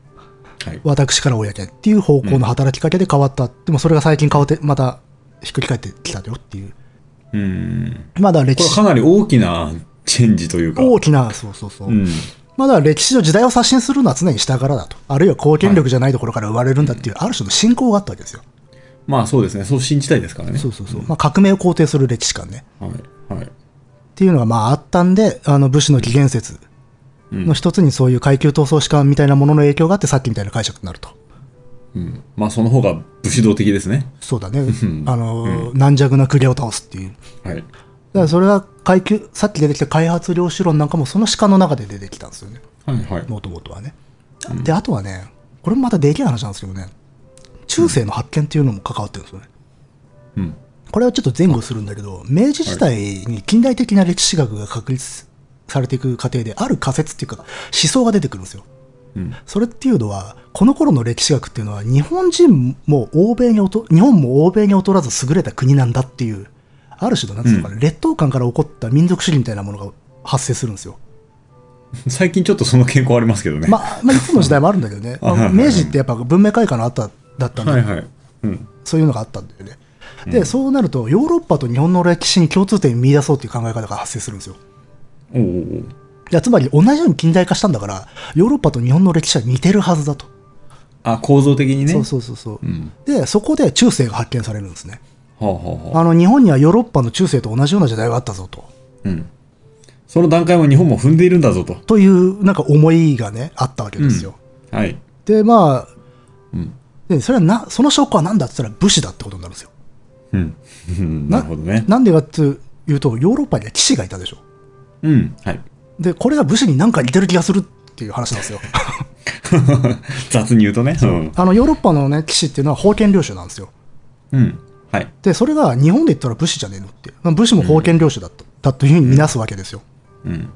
[SPEAKER 1] はい。
[SPEAKER 2] 私から公っていう方向の働きかけで変わった、でもそれが最近変わってまたひっくり返ってきたよっていう
[SPEAKER 1] うん。
[SPEAKER 2] まだ歴
[SPEAKER 1] これ
[SPEAKER 2] 史
[SPEAKER 1] かなり大きなチェンジというか。
[SPEAKER 2] 大きなそうそうそ
[SPEAKER 1] う
[SPEAKER 2] う、
[SPEAKER 1] ん。
[SPEAKER 2] まだ歴史の時代を刷新するのは常に下からだと、あるいは貢献力じゃないところから生まれるんだっていう、ある種の信仰があったわけですよ。
[SPEAKER 1] まあそうですね。そう信じたいですからね。
[SPEAKER 2] そうそうそう。まあ、革命を肯定する歴史観ね。
[SPEAKER 1] はい。はい。
[SPEAKER 2] っていうのがまああったんで、あの武士の起源説の一つにそういう階級闘争士観みたいなものの影響があって、さっきみたいな解釈になると。
[SPEAKER 1] うん。まあその方が武士道的ですね。
[SPEAKER 2] そうだね。あの、軟弱なクを倒すっていう。
[SPEAKER 1] はい。
[SPEAKER 2] だからそれは階級、さっき出てきた開発量子論なんかもその鹿の中で出てきたんですよね。
[SPEAKER 1] はいはい。
[SPEAKER 2] もともとはね。で、あとはね、これもまたでけえ話なんですけどね、中世の発見っていうのも関わってるんですよね。
[SPEAKER 1] うん。
[SPEAKER 2] これはちょっと前後するんだけど、明治時代に近代的な歴史学が確立されていく過程で、ある仮説っていうか、思想が出てくるんですよ。
[SPEAKER 1] うん。
[SPEAKER 2] それっていうのは、この頃の歴史学っていうのは、日本人も欧米におと、日本も欧米に劣らず優れた国なんだっていう、ある種の、なんつうのかな、劣等感から起こった民族主義みたいなものが発生するんですよ。
[SPEAKER 1] 最近ちょっとその傾向ありますけどね。
[SPEAKER 2] まあ、まあ、いつの時代もあるんだけどね、
[SPEAKER 1] あはい
[SPEAKER 2] まあ
[SPEAKER 1] はい
[SPEAKER 2] 明治ってやっぱ文明開化のあっただったんで、
[SPEAKER 1] はいはい。うん。
[SPEAKER 2] そういうのがあったんだよね。で、そうなると、ヨーロッパと日本の歴史に共通点を見出そうっていう考え方が発生するんですよ。
[SPEAKER 1] おー
[SPEAKER 2] いや、つまり同じように近代化したんだから、ヨーロッパと日本の歴史は似てるはずだと。
[SPEAKER 1] あ、構造的にね。
[SPEAKER 2] そうそうそうそう。
[SPEAKER 1] うん。
[SPEAKER 2] で、そこで中世が発見されるんですね。
[SPEAKER 1] はあはあはあ。
[SPEAKER 2] あの、日本にはヨーロッパの中世と同じような時代があったぞと。
[SPEAKER 1] うん。その段階は日本も踏んでいるんだぞと。
[SPEAKER 2] という、なんか思いがね、あったわけですよ。
[SPEAKER 1] はい。
[SPEAKER 2] で、まあ、
[SPEAKER 1] うん。
[SPEAKER 2] でそれはな、その証拠は何だって言ったら武士だってことになるんですよ。
[SPEAKER 1] うん。 なるほどね。
[SPEAKER 2] なんでかっていうと、ヨーロッパには騎士がいたでしょ。
[SPEAKER 1] うん。はい。
[SPEAKER 2] で、これが武士になんか似てる気がするっていう話なん ですよ。
[SPEAKER 1] 雑に言うとね。うん。
[SPEAKER 2] あの、ヨーロッパのね、騎士っていうのは封建領主なんですよ。
[SPEAKER 1] うん。はい。
[SPEAKER 2] で、それが日本で言ったら武士じゃねえのって。まあ武士も封建領主だった、だというふうに見なすわけですよ。
[SPEAKER 1] うん。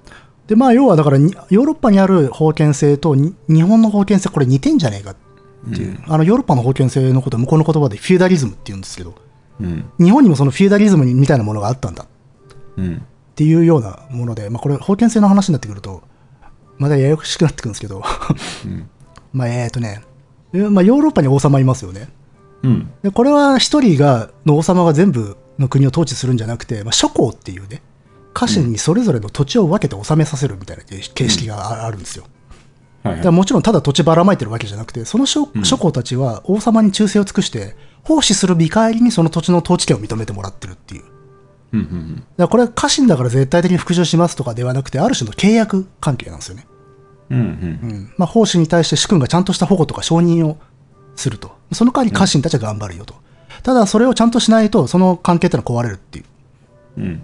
[SPEAKER 2] で、まあ、要はだからに、ヨーロッパにある封建制とに日本の封建制、これ似てんじゃねえかっていう。あの、ヨーロッパの封建制のことは向こうの言葉でフューダリズムって言うんですけど、
[SPEAKER 1] うん。
[SPEAKER 2] 日本にもそのフューダリズムみたいなものがあったんだ
[SPEAKER 1] うん。
[SPEAKER 2] っていうようなもので、まあ、これ、封建制の話になってくると、まだややこしくなってくるんですけど、
[SPEAKER 1] ん
[SPEAKER 2] まあ、えーとね、えまあ、ヨーロッパに王様いますよね。
[SPEAKER 1] うん。
[SPEAKER 2] でこれは一人がの王様が全部の国を統治するんじゃなくて、まあ、諸侯っていうね家臣にそれぞれの土地を分けて治めさせるみたいな形形式がああるんですよ。
[SPEAKER 1] はい
[SPEAKER 2] だから
[SPEAKER 1] はい。
[SPEAKER 2] もちろんただ土地ばらまいてるわけじゃなくてその諸,、諸侯たちは王様に忠誠を尽くして奉仕する見返りにその土地の統治権を認めてもらってるっていう。だか
[SPEAKER 1] うんうん
[SPEAKER 2] らこれは家臣だから絶対的に服従しますとかではなくてある種の契約関係なんですよね。
[SPEAKER 1] うん。うん
[SPEAKER 2] うんまあ、奉仕に対して主君がちゃんとした保護とか承認をすると、その代わり家臣たちは頑張るよと、ただそれをちゃんとしないと、その関係ってのは壊れるっていう、
[SPEAKER 1] うん。うん。
[SPEAKER 2] ま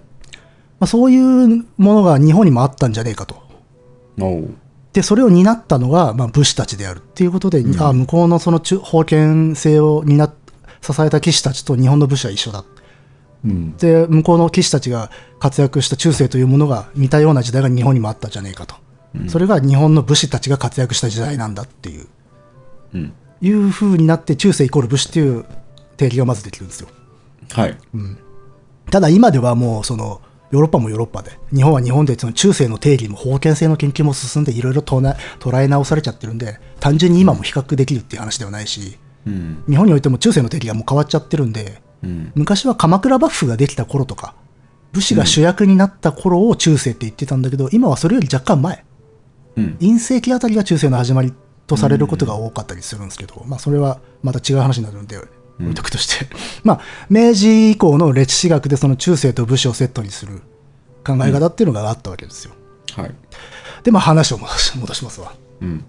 [SPEAKER 2] あ、そういうものが日本にもあったんじゃねえかと、
[SPEAKER 1] おう。
[SPEAKER 2] でそれを担ったのがまあ武士たちであるっていうことで、ああ向こうのその中封建制を担っ支えた騎士たちと日本の武士は一緒だ。
[SPEAKER 1] うん。
[SPEAKER 2] で向こうの騎士たちが活躍した中世というものが似たような時代が日本にもあったんじゃねえかと、それが日本の武士たちが活躍した時代なんだっていう
[SPEAKER 1] うん。
[SPEAKER 2] いう風になって中世イコール武士っていう定義がまずできるんですよ
[SPEAKER 1] はい。
[SPEAKER 2] ただ今ではもうそのヨーロッパもヨーロッパで日本は日本でその中世の定義も封建制の研究も進んでいろいろとな捉え直されちゃってるんで単純に今も比較できるっていう話ではないし
[SPEAKER 1] うん。
[SPEAKER 2] 日本においても中世の定義がもう変わっちゃってるんで
[SPEAKER 1] うん。
[SPEAKER 2] 昔は鎌倉幕府ができた頃とか武士が主役になった頃を中世って言ってたんだけど今はそれより若干前
[SPEAKER 1] うん。
[SPEAKER 2] 陰性期あたりが中世の始まりとされることが多かったりするんですけど、まあそれはまた違う話になるんで、置いとくとして、 まあ明治以降の歴史学でその中世と武士をセットにする考え方っていうのがあったわけですよ。
[SPEAKER 1] はい。
[SPEAKER 2] で、まあ話を戻し戻しますわ。
[SPEAKER 1] うん。